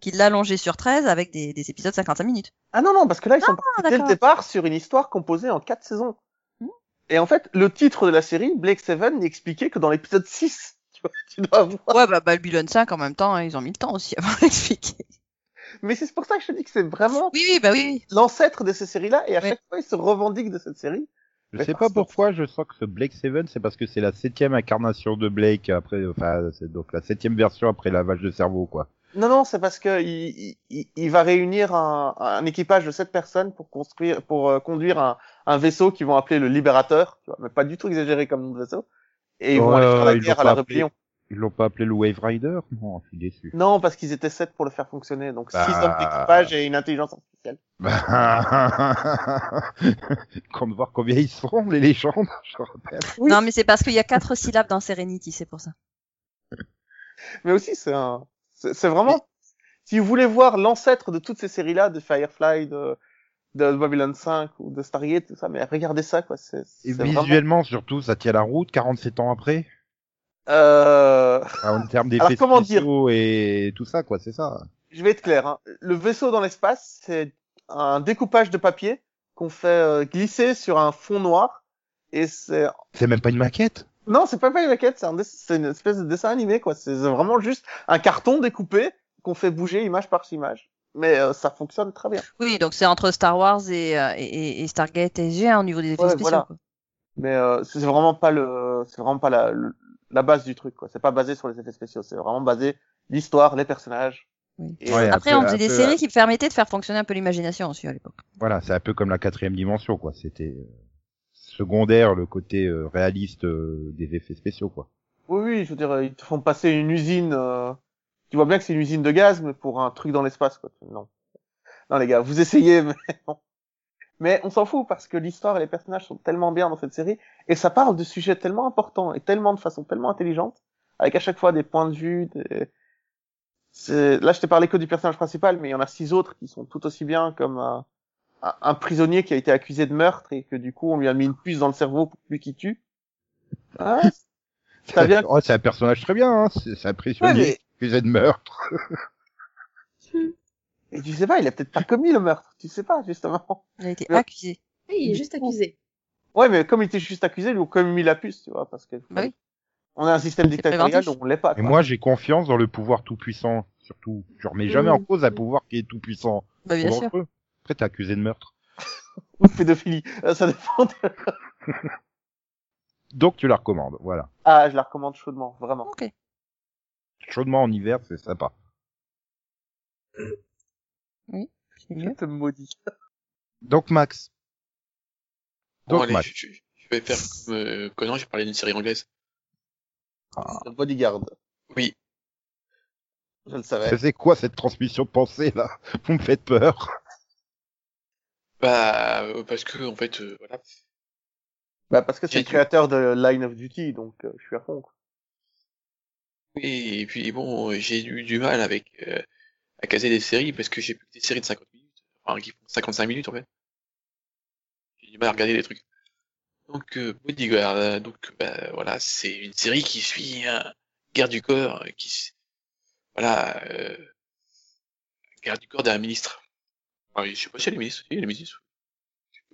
qu'il l'allongeait sur 13 avec des, des épisodes 55 minutes.
Ah non, non, parce que là, ils sont partis dès le
d'accord.
départ sur une histoire composée en quatre saisons.
Hmm.
Et en fait, le titre de la série, Blake Seven, n'expliquait que dans l'épisode 6. Tu, vois, tu dois avoir.
Ouais, bah, Babylon 5, en même temps, hein, ils ont mis le temps aussi avant de l'expliquer.
Mais c'est pour ça que je te dis que c'est vraiment
Oui, oui, bah oui.
l'ancêtre de ces séries-là, et à
Oui.
chaque fois, ils se revendiquent de cette série.
Je sais pas pourquoi je sens que ce Blake Seven, c'est parce que c'est la septième incarnation de Blake après, euh, enfin, c'est donc la septième version après lavage de cerveau, quoi.
Non, non, c'est parce que il, il, il va réunir un, un équipage de sept personnes pour construire, pour euh, conduire un, un vaisseau qu'ils vont appeler le Libérateur, tu vois, mais pas du tout exagéré comme nom de vaisseau. Et ils
Oh
vont aller
là là,
faire la
ils l'ont
guerre à
pas
la
appelé.
rébellion.
Ils l'ont pas appelé le Wave Rider? Non, je suis déçu.
Non, parce qu'ils étaient sept pour le faire fonctionner, donc
Bah.
six hommes d'équipage et une intelligence artificielle.
Compte voir combien ils sont, les légendes, je rappelle.
Oui.
Non, mais c'est parce qu'il y a quatre syllabes dans Serenity, c'est pour ça.
Mais aussi, c'est un, c'est c'est vraiment, si vous voulez voir l'ancêtre de toutes ces séries-là, de Firefly, de, de Babylon 5 ou de Stargate, tout ça, mais regardez ça, quoi, c'est,
Et
c'est vraiment,
visuellement, surtout, ça tient la route, 47 ans après,
euh,
Enfin, Ah, en termes
Alors,
d'effets
comment
spéciaux et tout ça, quoi, c'est ça.
je vais être clair, hein. le vaisseau dans l'espace, c'est un découpage de papier qu'on fait euh, glisser sur un fond noir. Et c'est
C'est même pas une maquette.
non, c'est pas pas une maquette, c'est un dess- c'est une espèce de dessin animé quoi. C'est vraiment juste un carton découpé qu'on fait bouger image par image. Mais euh, ça fonctionne très bien.
Oui, donc c'est entre Star Wars et, euh, et- et, et Stargate SG hein, au niveau des effets
Ouais,
spéciaux.
voilà.
quoi.
Mais euh, c'est vraiment pas le, c'est vraiment pas la, le- la base du truc quoi. C'est pas basé sur les effets spéciaux, c'est vraiment basé l'histoire, les personnages.
Oui.
Et,
Ouais,
euh,
Après,
peu-
on
un
faisait des
peu,
séries qui permettaient de faire fonctionner un peu l'imagination aussi à l'époque.
Voilà, c'est un peu comme la quatrième dimension, quoi. C'était euh, secondaire le côté euh, réaliste euh, des effets spéciaux, quoi.
Oui, oui, je veux dire, ils te font passer une usine. euh, Tu vois bien que c'est une usine de gaz, mais pour un truc dans l'espace, quoi. Non. Non, les gars, vous essayez, mais non. Mais on s'en fout parce que l'histoire et les personnages sont tellement bien dans cette série et ça parle de sujets tellement importants et tellement de façon tellement intelligente, avec à chaque fois des points de vue. Des... C'est- Là, je t'ai parlé que du personnage principal, mais il y en a six autres qui sont tout aussi bien, comme un, un- un prisonnier qui a été accusé de meurtre et que du coup on lui a mis une puce dans le cerveau pour lui qui tue. Ah, T'as bien-
Oh, c'est un personnage très bien, hein. c'est c'est un
ouais,
prisonnier
mais
accusé de meurtre.
Et tu sais pas, il a peut-être pas commis le meurtre, tu sais pas, justement.
Il a été
Ouais.
accusé.
Oui, il est juste accusé.
Ouais, mais comme il était juste accusé, ils lui ont quand même mis la puce, tu vois, parce que.
Bah oui.
On a un système
C'est
dictatorial,
préventif.
on l'est pas.
Et
quoi.
moi, j'ai confiance dans le pouvoir tout puissant, surtout. Je remets jamais en
Mm.
cause un pouvoir qui est tout puissant.
Bah, bien
C'est
sûr.
dangereux. Après, t'es accusé de meurtre.
Ou de pédophilie, Euh, ça dépend. de-
Donc, tu la recommandes, voilà.
Ah, je la recommande chaudement, vraiment.
Ok.
Chaudement en hiver, c'est sympa.
C'est
Je
mieux.
te maudis.
Donc, Max.
Bon,
Donc,
allez,
Max.
je, je- je vais faire comme euh, Conan, je vais parler d'une série anglaise.
Ah.
Le bodyguard,
Oui,
je le savais.
C'est- C'est quoi cette transmission de pensée, là Vous me faites peur.
bah, euh, parce que, en fait, euh, voilà.
Bah, parce que c'est
J'ai
le
tout.
créateur de Line of Duty, donc euh, je suis à fond. quoi.
Et, puis, bon, euh, j'ai eu du mal avec, euh, à caser des séries parce que j'ai plus que des séries de 50 minutes. Enfin, qui font 55 minutes, en fait. J'ai du mal à regarder les trucs. Donc, euh, Bodyguard, euh, donc, bah, voilà, c'est une série qui suit un guerre du corps, euh, qui, s- voilà, euh, guerre du corps d'un ministre. Enfin, je sais pas si elle est ministre, si elle est ministre.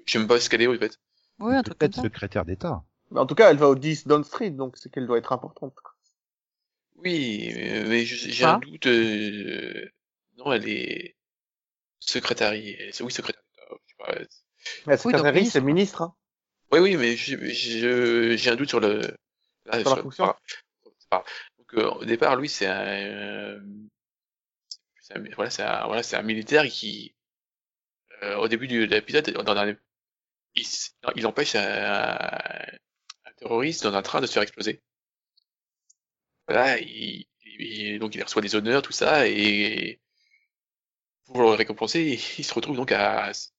Je sais même pas ce qu'elle est, en fait.
Oui, un truc comme
Peut-être
ça.
secrétaire d'État.
Mais en tout cas, elle va au 10 Down Street, donc c'est qu'elle doit être importante. quoi.
Oui, mais mais je- j'ai un
Pas.
doute. euh, Non, elle est secrétaire. elle est- Oui, secrétaire. d'État, je sais pas, euh,
Mais
Ah, Oui, donc
secrétaire,
ministre.
c'est ministre, hein.
Oui, oui, mais je- je- j'ai un doute sur le. ah,
Sur la fonction.
par- c'est pas grave. Donc, euh, au départ, lui, c'est un, euh, c'est un- voilà, c'est un, voilà, c'est un militaire qui, euh, au début du- de l'épisode, dans un- il, s- non, il empêche un, un terroriste dans un train de se faire exploser. Voilà, il, il- donc il reçoit des honneurs, tout ça, et pour le récompenser, il se retrouve donc à être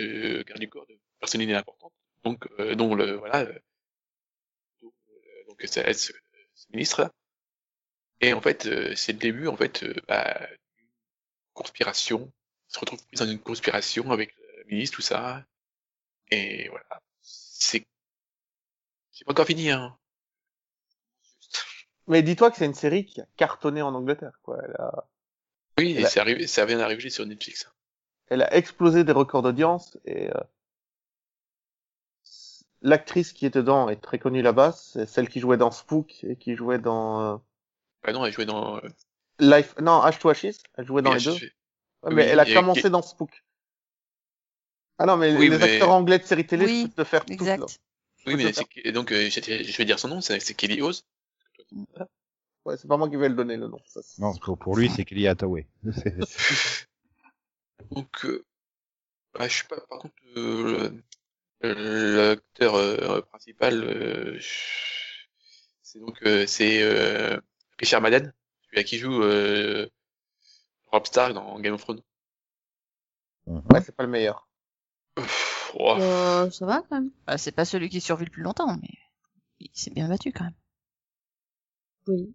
euh, garde du corps de personnalité importante donc euh, dont le voilà euh, dont, euh, donc c'est ce, ce ministre là et en fait euh, c'est le début en fait euh, bah, d'une conspiration il se retrouve pris dans une conspiration avec le ministre tout ça et voilà c'est c'est pas encore fini hein
Mais dis-toi que c'est une série qui a cartonné en Angleterre, quoi. Elle a,
oui
Et là-
c'est arrivé ça vient d'arriver sur Netflix
elle a explosé des records d'audience et euh, l'actrice qui est dedans est très connue là-bas, c'est celle qui jouait dans Spook et qui jouait dans euh,
bah non elle jouait dans euh,
Life non H2H's, elle jouait dans les deux.
VHF.
Ouais, mais
oui,
elle a
et-
commencé dans Spook. Ah non, mais
Oui,
les
mais-
acteurs anglais de séries télé
Oui,
peuvent te faire tout
Exact.
oui mais c'est donc euh, j'étais- je vais dire son nom c'est c'est Kelly Oz
Ouais, c'est pas moi qui vais le donner le nom. ça, c'est-
Non, pour, pour lui, c'est Kelly Hathaway. C'est-
Donc, euh, bah, je sais pas, par contre, euh, le- l'acteur euh, principal, euh, je- c'est donc euh, c'est euh, Richard Madden, celui qui joue euh, Rob Stark dans Game of Thrones.
Ouais, c'est pas le meilleur.
Pff,
Oh.
ouah.
Euh, ça va quand même.
Bah, c'est pas celui qui survit le plus longtemps, mais il s'est bien battu quand même.
Oui.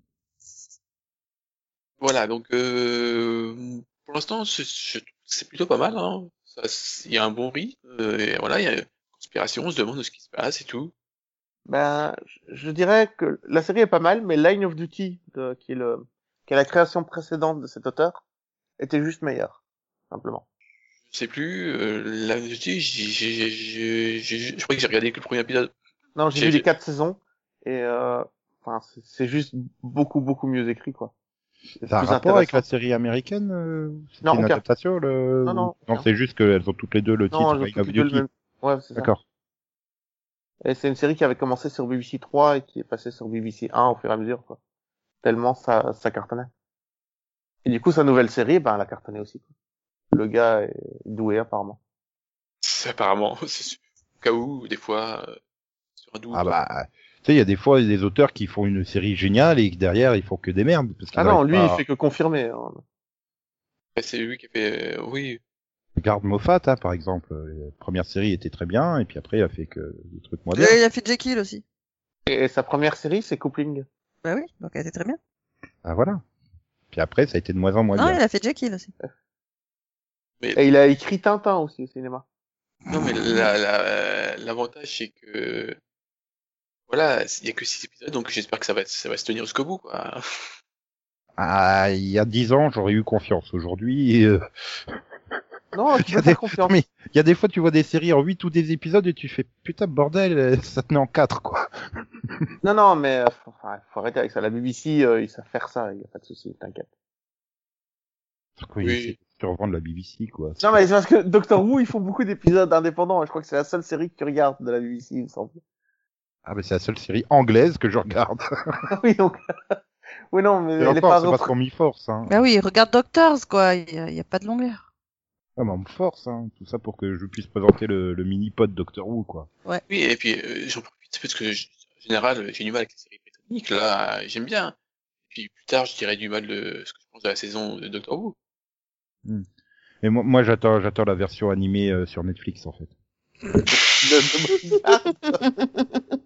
Voilà, donc euh, pour l'instant, c'est- je trouve que c'est plutôt pas mal. Hein. Ça, c'est- il y a un bon rythme, euh, et voilà, il y a une conspiration, on se demande ce qui se passe et tout.
Ben, je- je dirais que la série est pas mal, mais Line of Duty, de- qui est le, qui est la création précédente de cet auteur, était juste meilleure, simplement.
Je Je sais plus. Euh, là, je dis, j'ai- j'ai- j'ai- j'ai- je crois que j'ai regardé que le premier épisode.
Non, j'ai
J'ai-
vu les quatre saisons et euh, enfin, c'est- c'est juste beaucoup beaucoup mieux écrit quoi. C'est
Ça a un
plus
rapport avec
intéressant.
la série américaine euh, c'était
Non,
une
aucun.
adaptation le...
Non, non, aucun.
c'est juste qu'elles ont toutes les deux le titre
Non, je
Line
trouve
of
que le
Duty.
même- Ouais, c'est ça.
D'accord.
Et c'est une série qui avait commencé sur BBC 3 et qui est passée sur BBC 1 au fur et à mesure quoi. Tellement ça ça cartonnait. Et du coup sa nouvelle série ben elle a cartonné aussi. quoi. Le gars est doué apparemment.
C'est Apparemment, c'est sûr. au cas où, des fois, euh, sur un doute.
Ah bah, tu sais, il y a des fois des auteurs qui font une série géniale et que derrière ils font que des merdes. Parce qu'ils
Ah non,
arrivent
lui
pas
il
à-
fait que confirmer. hein.
Bah, C'est lui qui a fait. euh, oui,
Regarde Moffat, hein, par exemple. La première série était très bien et puis après il a fait que des trucs moins bien.
Et il a fait Jekyll aussi.
Et, et sa première série c'est Coupling.
Bah oui, donc elle était très bien.
Ah voilà. Puis après ça a été de moins en moins
non,
bien.
il a fait Jekyll aussi.
Et il a écrit Tintin aussi au cinéma.
Non, mais la- la- l'avantage, c'est que. Voilà, il y a que six épisodes, donc j'espère que ça va, ça va se tenir jusqu'au bout, quoi.
Ah, il y a dix ans j'aurais eu confiance. Aujourd'hui, euh,
Non, tu peux faire confiance.
mais il y a des fois tu vois des séries en huit ou des épisodes et tu fais putain bordel, euh, ça tenait en quatre quoi.
Non, non, mais euh, faut- enfin, faut arrêter avec ça. La BBC, euh, ils savent faire ça, il n'y a pas de souci, t'inquiète.
Oui.
Oui.
Tu revends de la BBC quoi.
Non, mais c'est parce que Doctor Who, ils font beaucoup d'épisodes indépendants, et je crois que c'est la seule série que tu regardes de la BBC, il me semble.
Ah mais c'est la seule série anglaise que je regarde.
Ah oui, donc... oui, non, mais
Et
elle est
encore,
pas...
c'est parce
reprise.
qu'on m'y force. Hein.
Bah oui, regarde Doctors, quoi. Il y a, il y a pas de longueur.
Ah, mais on me force, hein. tout ça pour que je puisse présenter le, le mini-pod Doctor Who, quoi.
Oui, et puis euh, j'en profite parce que je- en général j'ai du mal avec les séries britanniques. Là, j'aime bien. Et puis plus tard, je dirai du mal de ce que je pense de la saison de Doctor Who.
Mais moi, moi j'attends, j'attends la version animée euh, sur Netflix, en fait.
De- de-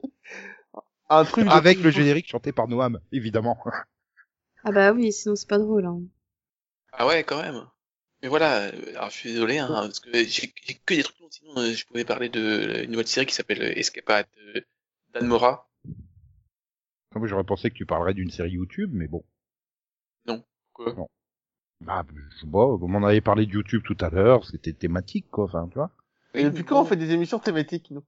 Un truc... de-
Avec le générique chanté par Noam, évidemment.
Ah bah oui, sinon c'est pas drôle. Hein.
Ah ouais, quand même. Mais voilà. euh, Alors je suis désolé hein, parce que j'ai j'ai que des trucs dont sinon euh, je pouvais parler de euh, une nouvelle série qui s'appelle Escapade euh, d'Anne Mora.
Comme Ah j'aurais pensé que tu parlerais d'une série YouTube, mais bon.
Quoi.
Bah, je bon, vous m'en avez parlé de YouTube tout à l'heure, c'était thématique, quoi, enfin, tu vois.
Et depuis quand on fait des émissions thématiques, nous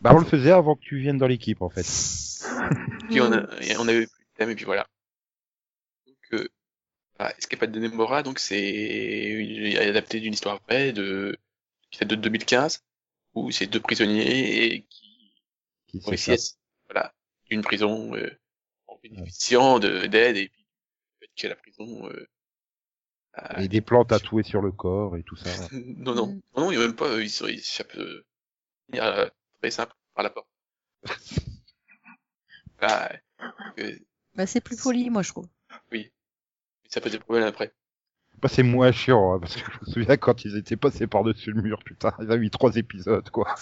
Bah, on le faisait avant que tu viennes dans l'équipe, en fait.
Puis on, a, et on avait plus de thème et puis voilà. Donc euh, voilà, Escapade d'Anne Mora, donc c'est une- adapté d'une histoire vraie de qui date de 2015 où c'est deux prisonniers et qui
Qui
pour
sait ça.
essayer voilà, d'une prison euh, en bénéficiant de- d'aide et puis le fait que la prison. euh, a-
Et des plans tatoués sur le corps et tout ça.
Non, non,
Mm.
non, non, il n'y a même pas, euh, ils se- ils s'échappent euh, de manière, euh, très simple par la porte. Voilà, euh,
Bah c'est plus poli, moi je trouve.
ça pose des problèmes après.
Bah, c'est moins chiant, hein, parce que je me souviens quand ils étaient passés par-dessus le mur, putain, ils avaient mis trois épisodes, quoi.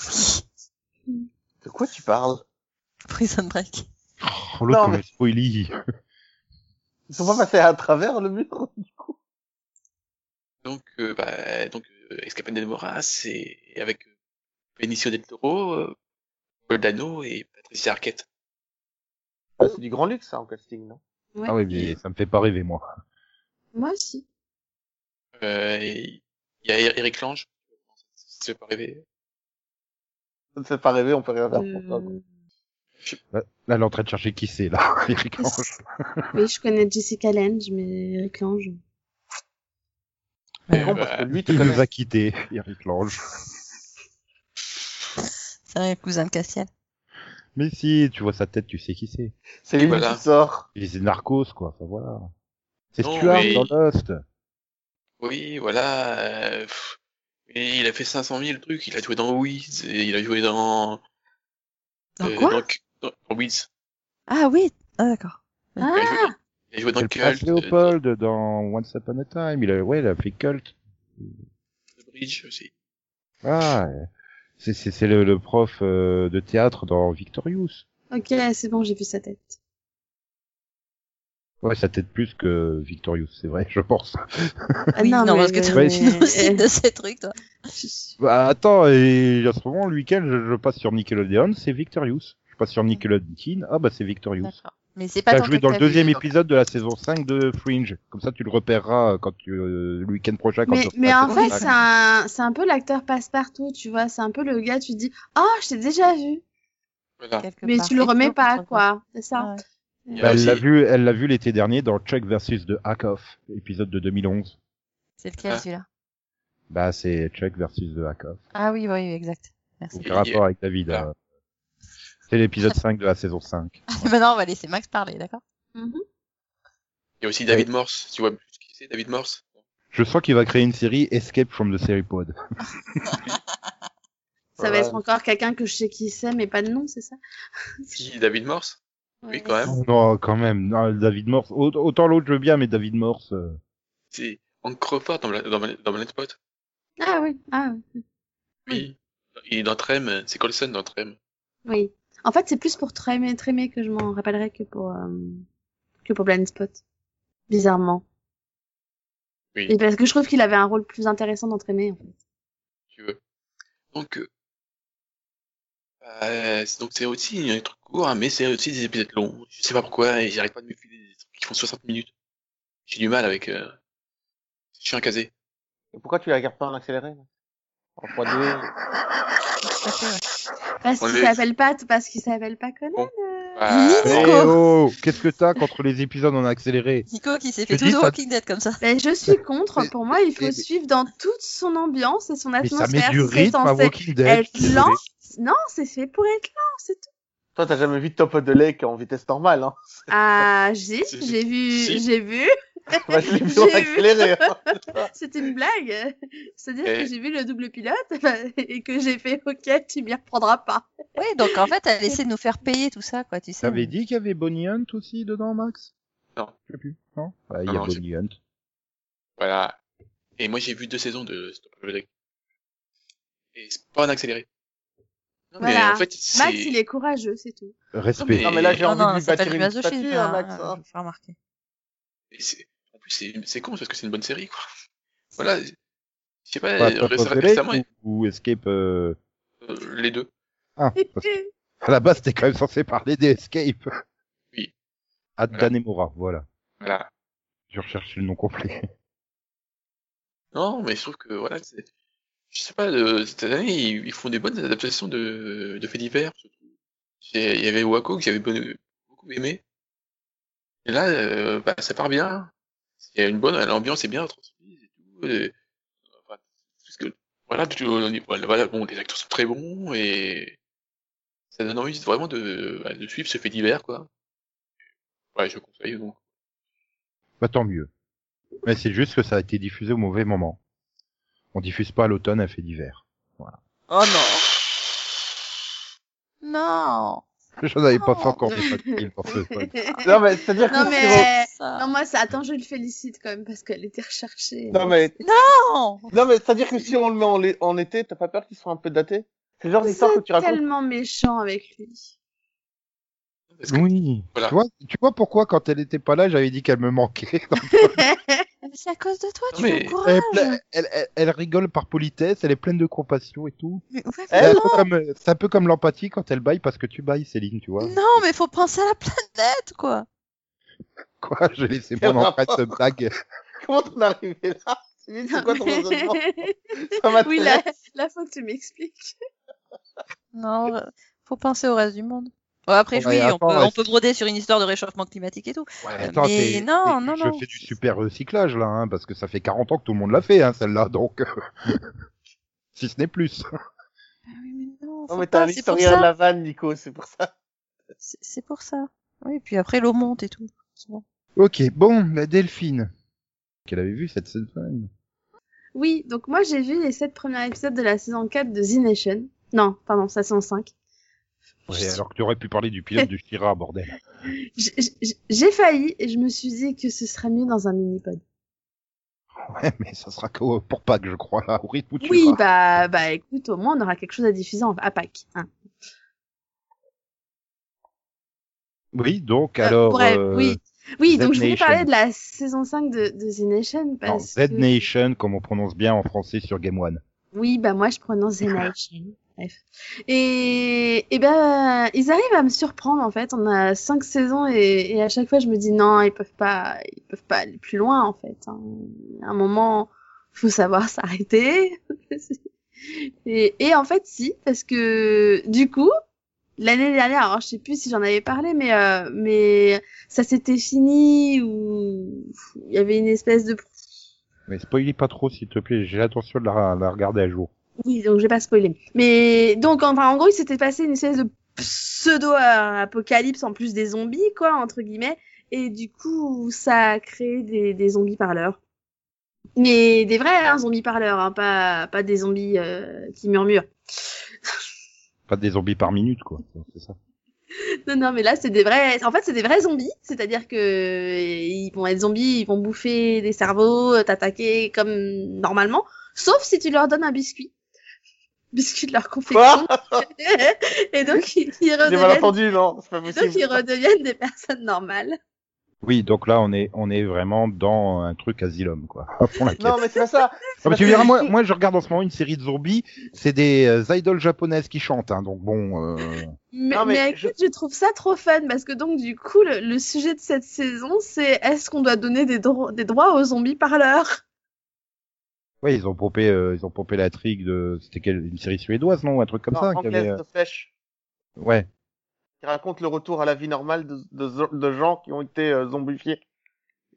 De quoi tu parles
Prison Break.
Oh, l'autre,
Non,
comment
mais-
il spoilie.
Ils sont pas passés à travers le mur
Donc, euh, bah, donc euh, Escapade del Mora, c'est avec euh, Benicio del Toro, euh, Paul Dano et Patricia Arquette.
Ah, C'est du grand luxe, ça, en casting, non
Ouais.
Ah oui, mais ça me fait pas rêver, moi.
Moi aussi.
Euh, et Il y a Er-, Eric Lange, ça fait pas rêver.
Ça ne fait pas rêver, on peut
Ah,
rien faire pour ça, quoi.
Euh,
Là, elle est en train de chercher qui c'est, là, Eric Lange.
Oui, je connais Jessica Lange, mais Eric Lange.
Et,
Ah
C'est con,
bah,
parce que lui, tu
Il nous
connais.
a quittés, Eric Lange.
C'est un cousin de Castiel.
Mais si, tu vois sa tête, tu sais qui c'est.
C'est lui
Voilà.
qui sort.
Il est narcos, quoi, enfin voilà. C'est
Non,
Stuart
mais-
dans Lost.
Oui, voilà. euh, pff, et il a fait 500 000 trucs. Il a joué dans Wiz, et il a joué dans.
Dans
euh,
quoi
dans, Cu- dans- dans Wiz.
Ah oui, ah d'accord.
Il a joué,
Ah
il a joué
C'est
dans
le prince
Cult, euh,
Léopold dans Once Upon a Time. Il a, ouais, il a fait Cult.
dans Bridge aussi.
Ah, euh, c'est, c'est, c'est le, le prof euh, de théâtre dans Victorious.
Ok, c'est bon, j'ai vu sa tête.
Ouais, sa tête plus que Victorious, c'est vrai, je pense.
Ah
oui, non,
mais-
parce que tu
Ouais.
tu nous cites de ces trucs, toi.
Bah attends, et en ce moment, le week-end, je, je passe sur Nickelodeon, c'est Victorious. Je passe sur Nickelodeon, ah bah c'est Victorious.
Mais c'est pas
T'as
tant
joué
que
dans le
t'as vu,
deuxième
donc.
épisode de la saison 5 de Fringe. Comme ça, tu le repéreras quand tu, euh, le week-end prochain. Quand
Mais,
tu referas
mais
la
en
saison
fait,
cinq.
c'est un, c'est un peu l'acteur passe-partout, tu vois. C'est un peu le gars, tu te dis, oh, je t'ai déjà vu.
Voilà.
Quelque
Mais
part.
tu le
Et
remets
donc, on
pas,
se
quoi. C'est ça.
retrouve.
Il y a
Bah, elle l'a
aussi-
vu, elle l'a vu l'été dernier dans Chuck versus The Hack Off, épisode de 2011.
C'est lequel
Ah.
celui-là
Bah, c'est Chuck versus The Hack Off.
Ah oui, oui, oui, exact. Merci.
Aucun rapport avec David.
Voilà.
euh. C'est l'épisode 5 de la saison 5.
Maintenant, Bah on va laisser Max parler, d'accord
Mhm.
Il y a aussi David Morse. Tu vois ce qui c'est, David Morse
Je sens qu'il va créer une série Escape from the Serie Pod.
Ça va
Voilà.
être encore quelqu'un que je sais qui c'est, mais pas de nom, c'est ça
Si, David Morse Oui,
Ouais.
quand même.
Non, quand même. Non, David Morse. Au- Autant l'autre, je veux bien, mais David Morse. euh,
C'est Hank Crawford dans, Bla- dans, Bla- dans Planet Spot.
Ah oui, ah oui.
Oui. Il est dans Trem. C'est Colson dans Trem.
oui. En fait, c'est plus pour Trémé, Trémé que je m'en rappellerai que pour, euh, que pour Blind Spot. Bizarrement.
Oui.
Et parce que je trouve qu'il avait un rôle plus intéressant dans Trémé, en fait.
tu veux. Donc, euh, euh, c'est- donc c'est aussi un truc court, hein, mais c'est aussi des épisodes longs. Je sais pas pourquoi, et j'arrive pas de me filer des trucs qui font 60 minutes. J'ai du mal avec. Euh... Je suis un casé.
Et pourquoi tu la regardes pas en accéléré là En 3D
Tout à fait, ouais.
Parce
On
qu'il
est-
s'appelle pas, parce qu'il s'appelle pas Conan.
Ah,
Nico.
Eh oh Qu'est-ce que t'as contre les épisodes en accéléré
Nico qui s'est
Je
fait
dis
tout au
ça-
Walking Dead comme ça.
Ben, je suis contre.
Mais-
Pour moi, il faut
mais-
suivre dans toute son ambiance et son
Mais ça met
atmosphère.
du
Ah, C'est
rythme à
censé-
Walking Dead.
être
je suis désolé.
lent. Non, c'est fait pour être lent, c'est tout.
Toi, t'as jamais vu Top of the Lake en vitesse normale, hein
Ah, si, j'ai vu,
Si.
j'ai vu.
Moi, je l'ai vu en
J'ai vu.
accéléré. hein.
C'était une blague. C'est-à-dire
Eh.
Et-
que j'ai vu le double pilote et que j'ai fait OK, tu m'y reprendras pas.
Oui, donc en fait, elle essaie de nous faire payer tout ça, quoi, tu sais.
T'avais dit qu'il y avait Bonnie Hunt aussi dedans, Max
Non.
Je sais plus. Non Ouais, il y
Non,
a
non,
Bonnie Hunt.
Voilà. Et moi, j'ai vu deux saisons de Stop the Deck. Et c'est pas en accéléré. Non, mais
Voilà.
en fait, c'est.
Max, il est courageux, c'est tout.
Respect.
Non, mais là, j'ai
Non,
envie
non,
de lui
c'est pas
bâtir
du
une
masochisme,
statue, hein,
hein,
Max.
euh,
hein.
je vous fais remarquer.
et c'est- En plus, c'est c'est con parce que c'est une bonne série, quoi. Voilà. Je sais pas,
Pas Top of
récem-
Bah, the Lake
Euh, récemment,
ou, ou Escape. euh,
euh, les deux.
Ah, parce que à la base, t'es quand même censé parler des Escape.
Oui.
À
Voilà.
Danemora, voilà.
Voilà.
Je recherche le nom complet.
Non, mais je trouve que voilà, c'est... je sais pas, euh, cette année ils, ils font des bonnes adaptations de, de faits divers. je trouve. J'ai- Il y avait Waco que j'avais bonne- beaucoup aimé. Et là, euh, bah, ça part bien. Il y a une bonne, l'ambiance est bien transmise et tout. et- enfin, parce que voilà, tu- on y- voilà, voilà, bon, les acteurs sont très bons et ça donne envie vraiment de, bah, de suivre ce fait divers quoi. Ouais, je conseille donc.
Bah tant mieux. Mais c'est juste que ça a été diffusé au mauvais moment. On diffuse pas à l'automne, à fait d'hiver.
Oh non Non
Je n'avais pas fait
Oh.
encore des papiers pour ce soir.
Non, mais c'est-à-dire que
Non,
si
mais-
Ça.
Non, moi, ça, attends, je le félicite quand même parce qu'elle était recherchée.
on- non, mais
Non
Non, mais c'est-à-dire que si on le met en, lait- en été, t'as pas peur qu'il soit un peu daté C'est le genre d'histoire que
C'est
tu racontes.
tellement méchant avec lui.
Parce que-
Oui.
Voilà.
Tu, vois, tu vois pourquoi quand elle était pas là, j'avais dit qu'elle me manquait.
Mais C'est à cause de toi,
Non,
tu
mais-
Elle,
l'encourages
est pleine- elle- elle- elle rigole par politesse, elle est pleine de compassion et tout.
Mais ouais,
C'est
Elle,
un
non.
peu comme- c'est un peu comme l'empathie quand elle baille parce que tu bailles, Céline, tu vois.
mais- Non, mais faut penser à la planète, quoi
Quoi, j'ai laissé
Quel
mon empreinte de blague.
Comment t'en es arrivé là Céline, C'est quoi ton raisonnement Ça
oui, là,
m'intéresse.
là, faut que tu m'expliques.
Non, euh, faut penser au reste du monde. Bon, après,
Ouais,
oui, on,
attends,
peut,
ouais,
on peut broder sur une histoire de réchauffement climatique et tout.
voilà.
Attends,
mais
t'es-
non,
t'es-
non,
je
non.
fais du super recyclage là, hein, parce que ça fait 40 ans que tout le monde l'a fait, hein, celle-là, donc. euh, si ce n'est plus.
Ah oui, mais non,
Non,
faut
mais t'as
pas,
un
c'est pour
historien de
ça.
la vanne, Nico, c'est pour ça.
C'est c'est pour ça. Oui, puis après, l'eau monte et tout. C'est bon.
Ok, bon, la Delphine. Qu'elle avait vu cette semaine.
Oui, donc moi, j'ai vu les sept premiers épisodes de la saison 4 de The Nation. Non, pardon, ça, saison 5.
Ouais, alors que tu aurais pu parler du pilote du Shira, bordel.
J- j- J'ai failli et je me suis dit que ce serait mieux dans un mini-pod.
Ouais, mais ça sera que pour Pâques, je crois, là, au rythme où tu
Oui,
vas.
bah, bah écoute, au moins on aura quelque chose à diffuser en- à Pâques. hein.
Oui, donc,
Euh,
alors...
bref,
euh,
oui. Oui,
Z
donc je voulais
Nation.
parler de la saison 5 de, de The Nation.
non,
Parce
Z
que-
Nation, comme on prononce bien en français sur Game One.
Oui, bah moi je prononce Zenaichin. Bref. Et, et ben ils arrivent à me surprendre en fait. On a cinq saisons et, et à chaque fois je me dis non, ils peuvent pas, ils peuvent pas aller plus loin en fait. hein. À un moment, faut savoir s'arrêter. et, et en fait si, parce que du coup l'année dernière, alors je sais plus si j'en avais parlé, mais euh, mais ça s'était fini ou il y avait une espèce de
Mais spoilie pas trop, s'il te plaît. J'ai l'intention de la, la regarder à jour.
Oui, donc je vais pas spoiler. Mais donc, enfin, en gros, il s'était passé une espèce de pseudo-apocalypse en plus des zombies, quoi, entre guillemets. Et du coup, ça a créé des, des zombies parleurs. Mais des vrais hein, zombies parleurs, hein, pas, pas des zombies euh, qui murmurent.
Pas des zombies par minute, quoi. C'est ça.
Non, non, mais là, c'est des vrais. En fait, c'est des vrais zombies. C'est-à-dire que euh, ils vont être zombies, ils vont bouffer des cerveaux, euh, t'attaquer comme normalement. Sauf si tu leur donnes un biscuit. Biscuit de leur confection. Et donc, ils, ils
J'ai mal
redeviennent.
entendu, non, c'est pas
et donc, ils
possible.
redeviennent des personnes normales.
Oui, donc là, on est, on est vraiment dans un truc asylum, quoi. À fond la quête.
Non, mais c'est pas ça.
Ah, mais
parce
tu
que
verras,
du
moi,
coup-
moi, je regarde en ce moment une série de zombies. C'est des euh, idoles japonaises qui chantent, hein, donc bon. euh,
Mais,
Non, mais
mais
je-
écoute, je... trouve ça trop fun parce que donc du coup le, le sujet de cette saison c'est est-ce qu'on doit donner des, dro- des droits aux zombies parleurs
Ouais, ils ont popé, euh, ils ont popé la trigue de. C'était quelle une série suédoise, non, un truc comme
Non,
ça. qui
Anglaise
avait, euh,
de flèche.
Ouais.
qui raconte le retour à la vie normale de, de, zo- de gens qui ont été euh, zombifiés.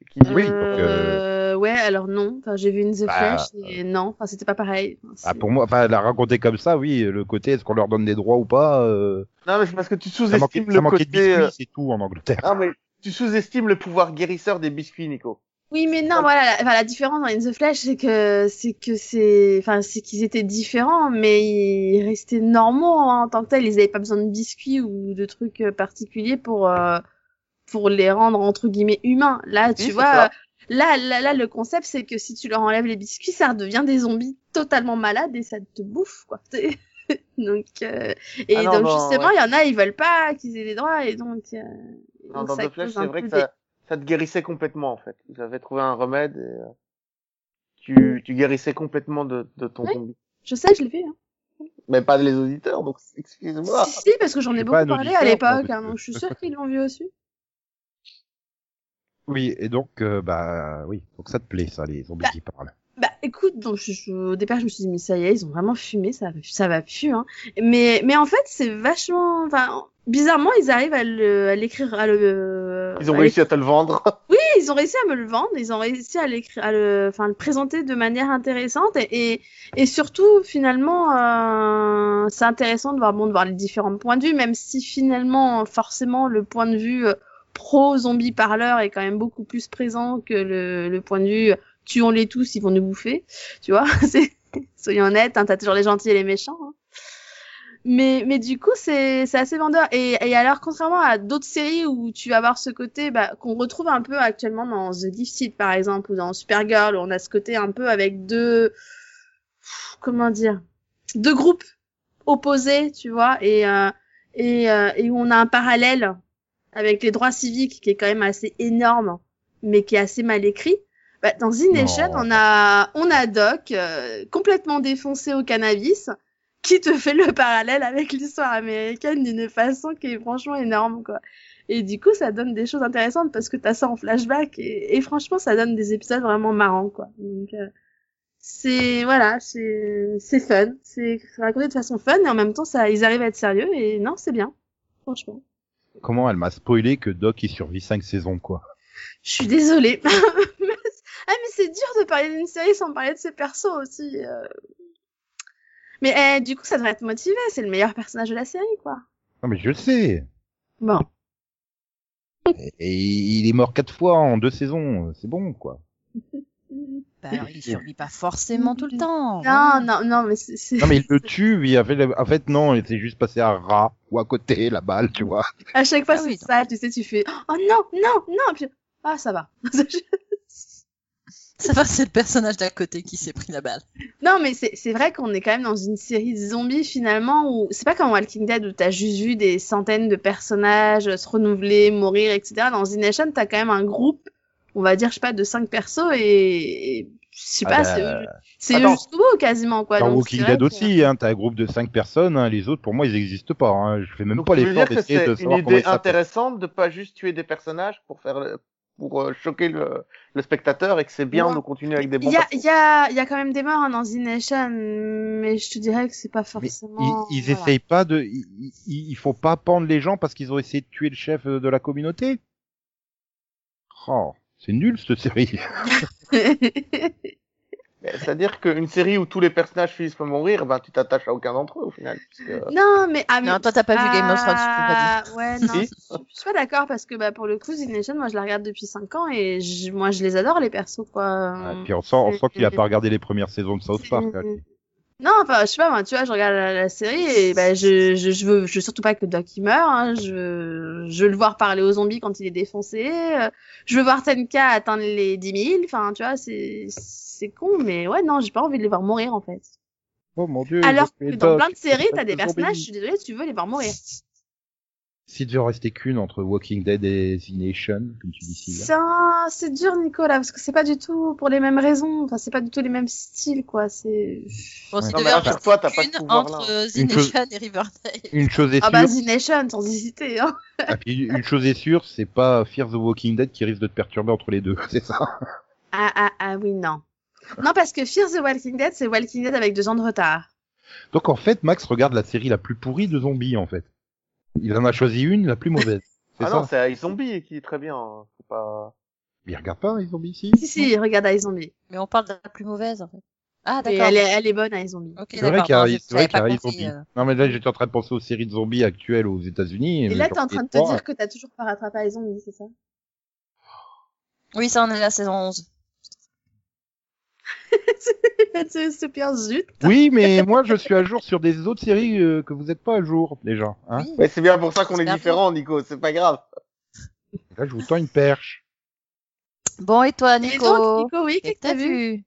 Et Qui
Oui, donc,
Euh, Ouais alors non, enfin, j'ai vu une The
Bah,
Flash et non, enfin c'était pas pareil.
Ah, pour moi, enfin, la raconter comme ça, oui. Le côté, est-ce qu'on leur donne des droits ou pas euh,
Non, mais c'est parce que tu
Ça manquait,
sous-estimes
ça
le
manquait de
côté.
biscuits,
euh,
c'est tout en Angleterre.
Non, mais tu sous-estimes le pouvoir guérisseur des biscuits, Nico.
Oui, mais non, voilà, la, enfin, la différence dans In the Flash, c'est que c'est que c'est, enfin, c'est qu'ils étaient différents, mais ils restaient normaux hein, en tant que tels. Ils n'avaient pas besoin de biscuits ou de trucs euh, particuliers pour euh, pour les rendre entre guillemets humains. Là,
Oui,
tu
c'est
vois,
ça.
euh, là, là, là, le concept, c'est que si tu leur enlèves les biscuits, ça redevient des zombies totalement malades et ça te bouffe, quoi. T'es- donc, euh, et
Ah non,
donc
non,
justement,
ouais.
il y en a, ils veulent pas qu'ils aient des droits et donc. euh,
Non,
donc
dans
ça
The Flash,
cause un
c'est vrai
peu
que
des-
ça, ça te guérissait complètement, en fait. Ils avaient trouvé un remède et euh, tu, tu guérissais complètement de, de ton
Mm. Oui.
zombie.
Je sais, je l'ai fait. hein.
Mais pas les auditeurs, donc excuse-moi.
Si, si, parce que j'en
Je
ai
suis
beaucoup
pas un
parlé
auditeur,
à l'époque,
moi,
hein,
parce
donc
que-
je suis sûre qu'ils l'ont vu aussi.
Oui, et donc, euh, bah, oui. Donc ça te plaît, ça, les zombies qui parlent.
Bah écoute, donc je, je- au départ je me suis dit mais ça y est, ils ont vraiment fumé, ça, ça va plus. Hein. Mais, mais en fait c'est vachement... Enfin, bizarrement ils arrivent à le- à l'écrire, à le...
Ils ont
à
réussi à te le vendre.
Oui, ils ont réussi à me le vendre, ils ont réussi à l'écrire, à le, enfin, le présenter de manière intéressante et, et, et surtout finalement, euh, c'est intéressant de voir, bon, de voir les différents points de vue, même si finalement, forcément, le point de vue euh, pro zombie parleur est quand même beaucoup plus présent que le, le point de vue euh, tuons-les tous, ils vont nous bouffer, tu vois, c'est, soyons honnêtes, hein, t'as toujours les gentils et les méchants. hein. Mais, mais du coup, c'est c'est assez vendeur. Et, et alors, contrairement à d'autres séries où tu vas avoir ce côté bah, qu'on retrouve un peu actuellement dans The Gifted, par exemple, ou dans Supergirl, où on a ce côté un peu avec deux... Pff, Comment dire Deux groupes opposés, tu vois, et, euh, et, euh, et où on a un parallèle avec les droits civiques qui est quand même assez énorme, mais qui est assez mal écrit. Bah, dans The Nation,
Non.
on a, on a Doc euh, complètement défoncé au cannabis qui te fait le parallèle avec l'histoire américaine d'une façon qui est franchement énorme, quoi. Et du coup, ça donne des choses intéressantes parce que t'as ça en flashback et, et franchement, ça donne des épisodes vraiment marrants, quoi. Donc, euh, c'est, voilà, c'est, c'est fun. C'est raconté de façon fun et en même temps, ça, ils arrivent à être sérieux et non, c'est bien. Franchement.
Comment elle m'a spoilé que Doc il survit cinq saisons, quoi.
Je suis désolée. ah, mais c'est dur de parler d'une série sans parler de ses persos aussi. euh. Mais eh, du coup, ça devrait être motivé. C'est le meilleur personnage de la série, quoi.
Non, mais je le sais.
Bon.
Et, et il est mort quatre fois en deux saisons. C'est bon, quoi.
Bah, alors, il survit pas forcément tout le temps. hein.
Non, non, non, mais c'est. c'est-
Non, mais il le tue. Il a fait, le- en fait, non, il s'est juste passé à rat ou à côté la balle, tu vois.
À chaque fois,
Ah
c'est
oui,
ça, tu sais, tu fais Oh non, non, non Puis, Ah, ça va.
Ça va, c'est le personnage d'à côté qui s'est pris la balle.
non, mais c'est c'est vrai qu'on est quand même dans une série de zombies finalement où c'est pas comme Walking Dead où t'as juste vu des centaines de personnages euh, se renouveler, mourir, etc. Dans The Nation, t'as quand même un groupe, on va dire, je sais pas, de cinq persos et, et je sais
Ah
pas,
bah,
c'est eux- c'est eux
Attends.
jusqu'au bout quasiment quoi.
dans
donc c'est
Walking
vrai
Dead
que-
aussi, hein, t'as un groupe de 5 personnes, hein, les autres, pour moi, ils n'existent pas. Hein, je fais même
Donc,
pas
tu veux
l'effort
dire que
d'essayer de
c'est une
savoir comment
idée
ils s'appellent.
intéressante de pas juste tuer des personnages pour faire le- pour euh, choquer le, le spectateur et que c'est bien
Ouais.
de continuer avec des bons
Il y a, il
persos.
y, a, il y a quand même des morts hein, dans The Nation, mais je te dirais que c'est pas
Mais
forcément.
ils, ils
voilà.
essayent pas de, ils, ils- ils font pas pendre les gens parce qu'ils ont essayé de tuer le chef euh, de la communauté. Oh, c'est nul cette série.
Mais C'est-à-dire qu'une série où tous les personnages finissent par mourir, ben tu t'attaches à aucun d'entre eux au final. puisque-
non, mais. Ah, mais...
Non, toi, t'as pas vu Game of Thrones, tu peux pas dire.
Ah, Ouais, non,
Si.
je- je suis pas d'accord parce que bah, pour le coup, The Nation, moi je la regarde depuis 5 ans et je- moi je les adore les persos quoi.
Ah, puis on sent, on sent qu'il a pas regardé les premières saisons de South Park. hein.
Mhm. Non, enfin, je sais pas, moi, tu vois, je regarde la, la série et bah, je, je, je, veux, je veux surtout pas que Doc il meure. hein. Je, veux- je veux le voir parler aux zombies quand il est défoncé. euh, Je veux voir Tenka atteindre les 10 000. Enfin, tu vois, c'est c'est con, mais ouais, non, j'ai pas envie de les voir mourir en fait.
Oh mon dieu.
Alors
j'ai
que
fait
dans
Doc,
plein de séries,
j'ai
t'as
fait
des
Zombie.
personnages, je suis désolée, tu veux les voir mourir.
Si devait en rester qu'une entre Walking Dead et The Nation, comme tu dis si bien.
C'est un- c'est dur, Nicolas, parce que c'est pas du tout pour les mêmes raisons. Enfin, c'est pas du tout les mêmes styles, quoi. C'est.
Bon,
Ouais.
si tu
Non,
devais
mais
en
à chaque fois, t'as pas de
une
pouvoir là. hein.
entre euh, The
Une chose-
Nation et Riverdale.
Une chose est
Ah bah,
sûre,
The Nation, sans hésiter. Hein.
ah, puis une chose est sûre, c'est pas Fear the Walking Dead qui risque de te perturber entre les deux, c'est ça.
Ah, ah, ah, oui, non. Non, parce que Fear the Walking Dead, c'est Walking Dead avec deux ans de retard.
Donc en fait, Max regarde la série la plus pourrie de zombies en fait. Il en a choisi une, la plus mauvaise. C'est
Ah
ça.
non, c'est Zombie qui est très bien. hein. Faut pas.
Mais il regarde pas hein, les zombies ici.
Si, si, regarde iZombie.
Mais on parle de la plus mauvaise, en fait. Ah,
Et
d'accord.
elle est, elle est bonne, iZombie.
Ok,
C'est vrai
d'accord.
qu'il y a,
Non, je-
c'est vrai
j'avais
qu'il y a
pas
un
compris,
zombie.
euh.
Non mais là j'étais en train de penser aux séries de zombies actuelles aux États-Unis.
Et
mais
là,
j'en
t'es en
fais
train de te
trois.
dire que t'as toujours pas rattrapé iZombie, c'est ça
Oui, ça, on est à la saison 11.
C'est c'est pire zut.
Oui, mais moi je suis à jour sur des autres séries euh, que vous n'êtes pas à jour déjà. Hein
Oui.
Mais c'est bien pour ça qu'on est
C'est un peu-
différents, Nico. C'est pas grave.
Là je vous tends une perche.
Bon, et toi,
Et donc,
Nico
Nico, oui, qu'est-ce que t'as vu
Eh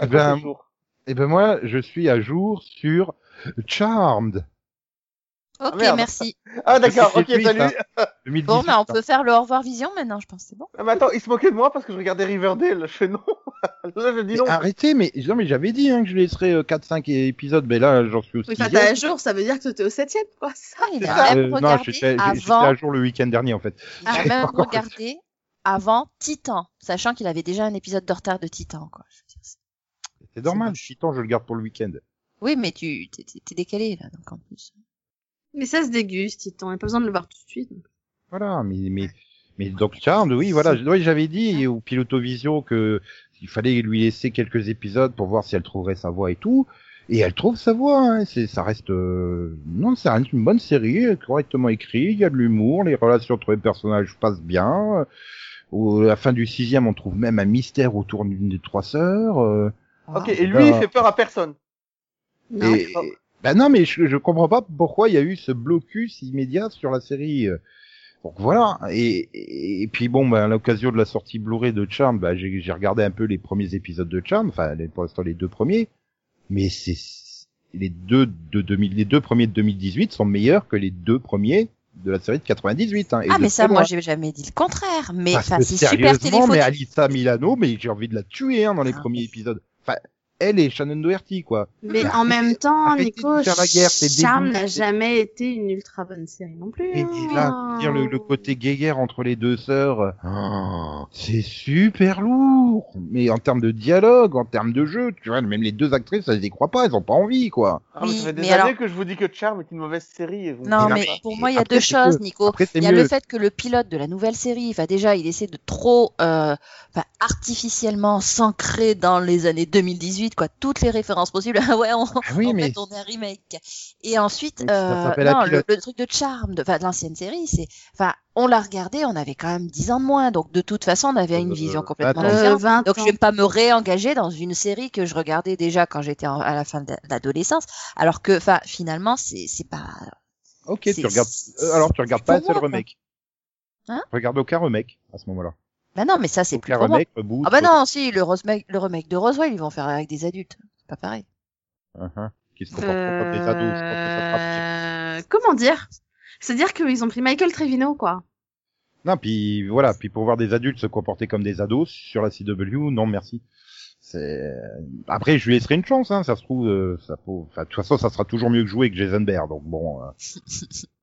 C'est
ben,
toujours.
eh ben moi je suis à jour sur Charmed.
Ok,
merde.
merci.
Ah d'accord.
Je sais
Ok,
plus,
salut.
ça. 2018,
Bon, mais on
hein.
peut faire le au revoir vision maintenant, je pense. C'est bon.
Ah, mais attends, il se moquait de moi parce que je regardais Riverdale. Je fais non. Là, je dis
Mais
non.
arrêtez, mais, non, mais j'avais dit hein, que je laisserais 4-5 épisodes, mais là j'en suis aussi.
Oui, enfin, t'es à jour, ça veut dire que t'es au septième, quoi. Ça.
Ah, il
Euh,
a même
non,
regardé
j'étais j'ai- j'étais à
avant,
jour le week-end dernier en fait.
il a
j'ai
même
Ah. encore-
regardé avant Titan, sachant qu'il avait déjà un épisode de retard de Titan, quoi. Je veux dire, c'est-
C'est normal, Titan, je le garde pour le week-end.
Oui, mais tu, t'es- t'es t'es décalé, là, donc en plus. Ah,
Mais ça se déguste, Titan. Il a pas besoin de le voir tout de suite.
Voilà, mais, mais, mais donc Charmed, oui, voilà. Oui, j'avais dit au Pilotovision que il fallait lui laisser quelques épisodes pour voir si elle trouverait sa voix et tout. Et elle trouve sa voix, hein. c'est, ça reste, euh, non, ça reste une bonne série, correctement écrite, il y a de l'humour, les relations entre les personnages passent bien. Au- à la fin du sixième, on trouve même un mystère autour d'une des trois sœurs. euh,
Ok. Et lui, il fait peur à personne.
Non.
et, et- bah non, mais je, je comprends pas pourquoi il y a eu ce blocus immédiat sur la série. euh. Donc voilà. Et, et, et puis bon, bah, à l'occasion de la sortie Blu-ray de Charm, bah, j'ai j'ai regardé un peu les premiers épisodes de Charm, enfin les- pour l'instant les deux premiers. Mais c'est les deux de 2000, les deux premiers de 2018 sont meilleurs que les deux premiers de la série de 98. Hein, et
Ah,
de
mais ça,
très
moi,
loin.
j'ai jamais dit le contraire. Mais
Parce
enfin,
que
c'est super
sérieusement, mais
téléphonique.
Alissa Milano, mais j'ai envie de la tuer hein, dans les
Ah,
premiers
mais-
épisodes. Enfin, elle et Shannon Doherty, quoi.
Mais
Bah,
en même temps,
arrêtez de
Nico,
faire la guerre, c'est
Charme
débile.
n'a jamais été une ultra bonne série non plus.
Oh,
Et, et là,
hein.
je veux dire le, le côté guéguerre entre les deux sœurs, euh, oh, c'est super lourd. Mais en termes de dialogue, en termes de jeu, tu vois, même les deux actrices, elles y croient pas, elles ont pas envie, quoi.
Ah, mais
Oui,
ça fait des
mais
années
alors-
que je vous dis que Charm est une mauvaise série. Et vous me
Non,
dites
mais
ça.
pour moi, il y a
Après,
deux
c'est
choses,
que-
Nico.
Après, c'est
Oh, Il y a
mieux.
le fait que le pilote de la nouvelle série, enfin déjà, il essaie de trop euh, enfin, artificiellement s'ancrer dans les années 2018, quoi, toutes les références possibles. Ah ouais, on,
Ah oui,
en
mais-
fait, on est un remake. Et ensuite,
Mais ça
euh,
s'appelle un
non, le,
pilote.
le truc de charme, de, enfin, de l'ancienne série, c'est, enfin, on l'a regardé, on avait quand même 10 ans de moins, donc de toute façon, on avait une
Euh,
vision complètement
attends.
Euh,
différente.
20
Donc
ans.
je vais pas me réengager dans une série que je regardais déjà quand j'étais en- à la fin de l'adolescence, alors que enfin finalement c'est c'est pas.
Ok,
c'est-
tu regardes.
c'est-
euh, alors, tu regardes pas un
c'est pour
seul
moi, quoi.
remake.
Hein
Regarde aucun remake à ce moment-là.
Bah non mais ça c'est plus
Aucun
pour moi.
remake, reboot.
Ah bah non si le remake le remake de Roswell ils vont faire avec des adultes, c'est pas pareil.
euh, hein, qui se comportent comme des ados. je pense que ça te rassure.
Euh... Comment dire C'est-à-dire qu'ils ont pris Michael Trevino, quoi.
Non, puis voilà, puis pour voir des adultes se comporter comme des ados sur la CW, non merci. C'est euh, après je lui laisserai une chance hein, ça se trouve euh, ça peut... enfin, de toute façon ça sera toujours mieux que jouer que Jason Bear donc bon. euh.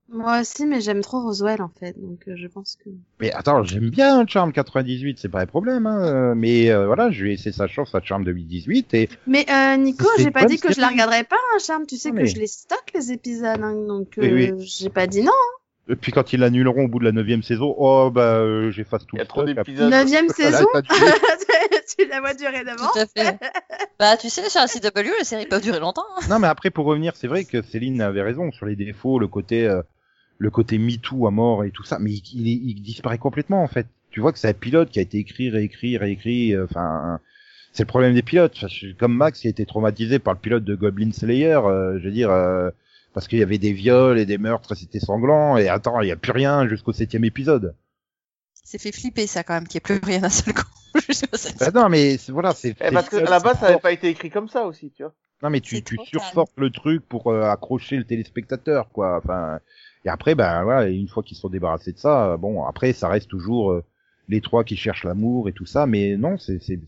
Moi aussi, mais j'aime trop Roswell en fait, donc euh, je pense que.
Mais attends, j'aime bien Charm 98, c'est pas un problème hein, euh, mais euh, voilà, je lui ai laissé sa chance à Charm 2018 et
Mais euh, Nico,
C'est
j'ai pas
une
dit
bonne
que je la
série.
regarderais pas, hein, Charme. Tu sais
Non,
que
mais-
je les stocke les épisodes, hein, donc
Oui,
euh, j'ai pas dit non.
Et puis quand ils l'annuleront au bout de la neuvième saison, oh bah euh, j'efface tout.
Il y a
le
trop
stock, après,
d'épisodes.
Neuvième
là,
saison,
t'as tué.
tu la vois durer d'avant.
Tout à fait. bah, tu sais, sur la CW, les séries peuvent durer longtemps. hein.
non mais après pour revenir, c'est vrai que Céline avait raison sur les défauts, le côté euh, le côté MeToo à mort et tout ça, mais il, il- il disparaît complètement en fait. Tu vois que c'est un pilote qui a été écrit, réécrit, réécrit. euh, Enfin, c'est le problème des pilotes. Enfin, je- Comme Max, qui a été traumatisé par le pilote de Goblin Slayer. euh, je veux dire. euh, parce qu'il y avait des viols et des meurtres, et c'était sanglant. Et attends, il y a plus rien jusqu'au septième épisode.
C'est fait flipper ça quand même, qu'il n'y ait plus rien d'un seul coup. Jusqu'au septième.
Bah non, mais c'est- voilà, c'est.
Eh, parce que
c'est-
à la base, ça
c'est-
avait pas été écrit comme ça aussi, tu vois.
Non, mais tu,
C'est
tu
trop
surforces le truc pour euh, accrocher le téléspectateur, quoi. Enfin, et après, ben voilà, et une fois qu'ils sont débarrassés de ça, euh, bon, après, ça reste toujours euh, les trois qui cherchent l'amour et tout ça, mais non, c'est c'est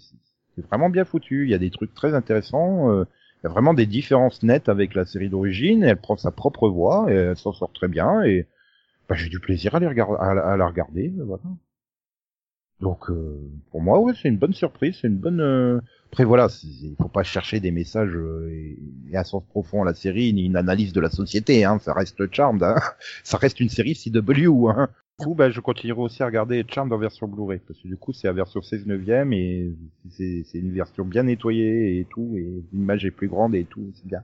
c'est vraiment bien foutu. Il y a des trucs très intéressants. euh, il y a vraiment des différences nettes avec la série d'origine. Elle prend sa propre voie, et elle s'en sort très bien. Et ben, j'ai du plaisir à, les regar- à, la- à la regarder, euh, voilà. Donc, euh, pour moi, ouais, c'est une bonne surprise, c'est une bonne. euh, après voilà, c'est- il faut pas chercher des messages euh, et, et un sens profond à la série ni une analyse de la société. Hein, ça reste Charmed, hein. ça reste une série CW. Hein. Du coup, bah, je continuerai aussi à regarder Charmed en version Blu-ray parce que du coup, c'est la version 16 neuvième et c'est c'est une version bien nettoyée et tout et l'image est plus grande et tout, c'est bien.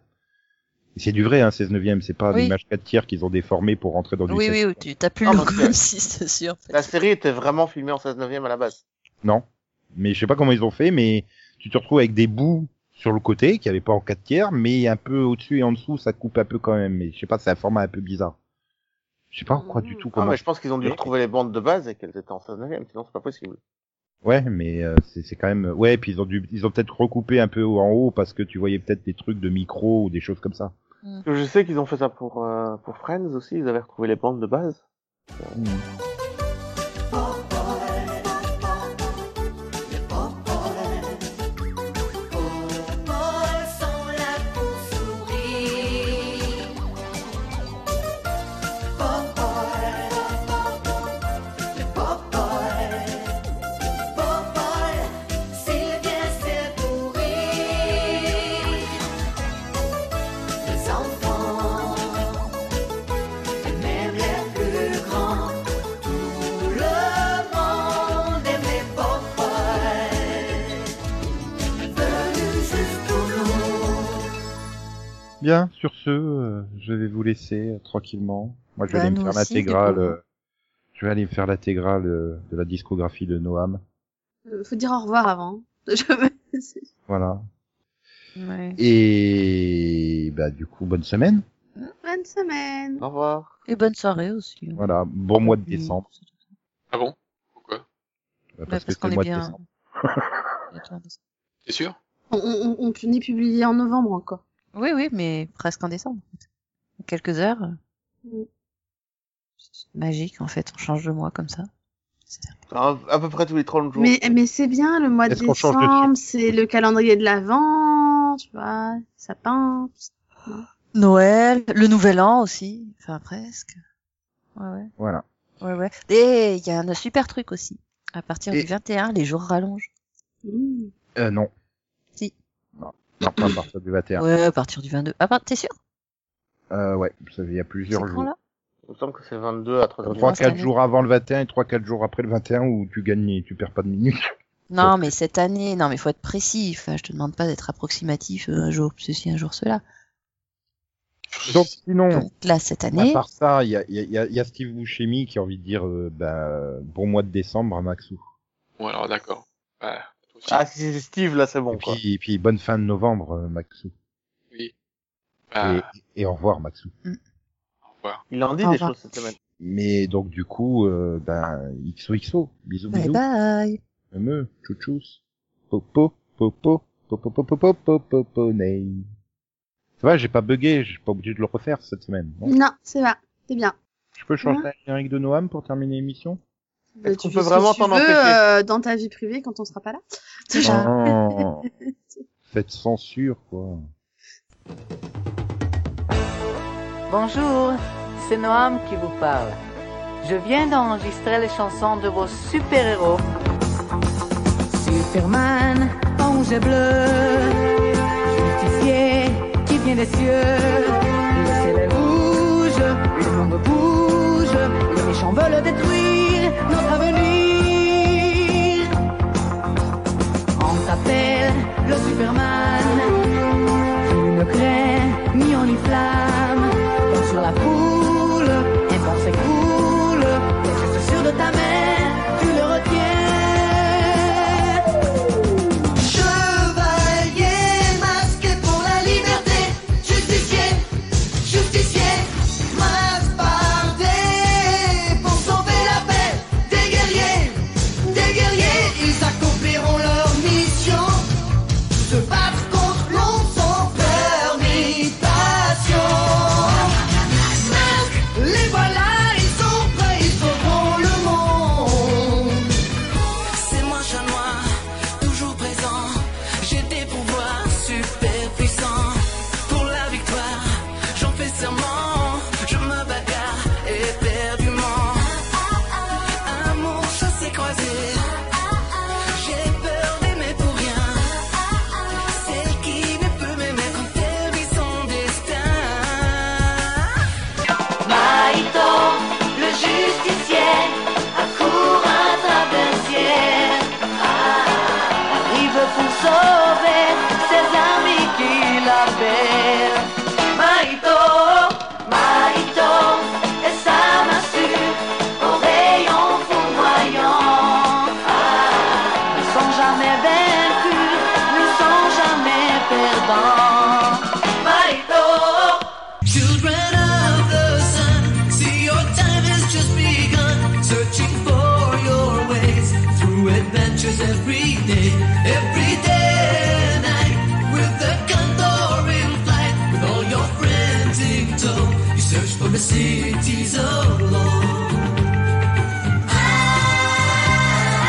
Et C'est du vrai hein, 16 neuvième, c'est pas
Oui.
l'image 4 tiers qu'ils ont déformée pour rentrer dans du.
Oui,
16.
oui, oui, tu t'as plus
Ah,
le
bah,
logo
c'est-
comme si, c'est sûr.
La série était vraiment filmée en 16 9 à la base. Ah,
Non. Mais je sais pas comment ils ont fait, mais tu te retrouves avec des bouts sur le côté, qui avait pas en 4 tiers, mais un peu au-dessus et en dessous, ça coupe un peu quand même. Mais je sais pas, c'est un format un peu bizarre. Je sais pas pourquoi du tout
Ah,
comment.
mais je pense qu'ils ont dû
Oui.
retrouver les bandes de base et qu'elles étaient en 16 9 sinon c'est pas possible.
Ouais, mais euh, c'est c'est quand même. Ouais, puis ils ont dû, ils ont peut-être recoupé un peu en haut parce que tu voyais peut-être des trucs de micro ou des choses comme ça.
Parce que Je sais qu'ils ont fait ça pour, euh, pour Friends aussi, ils avaient retrouvé les bandes de base.
Paul sont là pour sourire. Popol, le Popol, Popol, s'il vient c'est pour rire. Les enfants, et même les plus grands, tout le monde aime les Popol.
Bien, sur ce, euh, je vais vous laisser euh, tranquillement. Moi, je vais
Bah,
aller me
nous
faire
aussi, du
l'intégrale.
coup.
euh, Je vais aller me faire l'intégrale euh, de la discographie de Noam.
Euh, Faut dire au revoir avant. Je-
Voilà.
Ouais.
Et bah du coup, bonne semaine.
Bonne semaine.
Au revoir.
Et bonne soirée aussi.
Voilà, bon mois
Mm.
de décembre. euh,
Ah bon Pourquoi
Parce,
Bah,
que
parce
c'est
qu'on
le
est
mois de
bien.
décembre.
T'es sûr
On, on, on, on finit publié en novembre encore.
Oui, oui, mais presque en décembre. en fait. En Quelques heures.
Mm.
C'est magique, en fait. On change de mois comme ça.
À, à peu près tous les 30 jours.
Mais, mais c'est bien, le mois de
Est-ce qu'on change de sujet
décembre, c'est le calendrier de l'Avent, tu vois, sapin. tout ça.
Noël, le Nouvel An aussi. Enfin, presque. Ouais, ouais.
Voilà.
Ouais, ouais. Et il y a un super truc aussi. À partir
Et-
du 21, les jours rallongent.
Mmh.
Euh, non.
Si.
Non, non pas à partir du 21. Ouais,
Ouais, à partir du 22. Ah, bah, t'es sûr
euh, ouais ça, il y a plusieurs
C'est quand,
jours.
là
Il me semble que c'est 22 à 3 heures du
Trois,
matin.
cette
3-4
année.
jours avant le 21 et 3-4 jours après le 21 où tu gagnes et tu perds pas de minutes.
Non, mais cette année, non, mais faut être précis. Enfin, je te demande pas d'être approximatif euh, un jour ceci, un jour cela.
Donc sinon,
Donc là, cette
à
année,
part ça, il y a, il y, a- il y a- il y a Steve Buscemi qui a envie de dire euh, bah, bon mois de décembre à Maxou.
Bon alors d'accord. Bah, toi aussi.
Ah, si c'est Steve, là, c'est bon,
et,
quoi.
puis, et puis bonne fin de novembre euh, Maxou.
Oui. Bah,
Et, et au revoir Maxou.
au revoir.
Il en dit
Au
des
revoir.
choses cette semaine.
Mais donc du coup, euh, ben XOXO, bisous
bye
bisous.
bye.
Me, E, chouchous. Popo, popo, popo, popo, popo, popo, Ça va, j'ai pas bugué, je suis pas obligé de le refaire cette semaine. non
Non, c'est va, c'est bien.
je peux changer la générique de Noam pour terminer l'émission
Est-ce
Bah,
qu'on
tu
peut
fais ce
vraiment
que
t'en
tu veux,
empêcher
euh, dans ta vie privée quand on sera pas là. Déjà.
Oh. Faites censure, quoi.
Bonjour, c'est Noam qui vous parle. Je viens d'enregistrer les chansons de vos super-héros.
Superman, ange bleu, justicier qui vient des cieux. Le ciel est rouge, le monde bouge, les méchants veulent détruire notre avenir. On t'appelle le Superman, tu ne crains ni on ni flamme. Porte sur la foule, et force s'écoule, t'es juste sûr de ta main, tu le retiens.
Chevalier masqué pour la liberté, justicier, justicier, masque bardé pour sauver la paix des guerriers, des guerriers, ils accompliront leur mission, se battre contre l'ombre sans peur ni passion. Masque, les voilà, ils sont prêts, ils sauveront le monde.
C'est moi chat noir, toujours présent. J'ai des pouvoirs super puissants. Pour la victoire, j'en fais serment. Je me bagarre éperdument. Amour, chassé, croisé. J'ai peur d'aimer pour rien. Celle qui ne peut m'aimer quand elle vit son destin.
Maïto, le justicier, accourt à travers le ciel. Ah, arrive pour sauver ses amis qui l'appellent. Maïto, Maïto, et sa massue au rayon foudroyant. Ah, ne sont jamais vaincus, ne sont jamais perdants. Maïto,
Children of the sun, see your time has just begun. Searching for your ways through adventures every day, every day and night. With the condor in flight, with all your friends in tow, you search for the cities of love. Ah,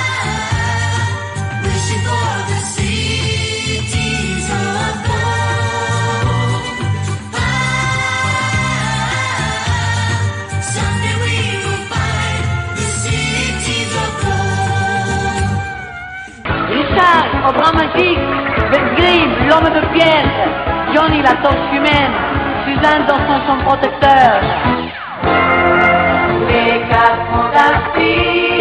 Wishing for the cities of love. Someday we will find the cities of gold.
Richard, au bras magique, Beth Ben Grimm, l'homme de pierre, Johnny, la torche humaine, Suzanne dans son, son protecteur. Les quatre fantastiques.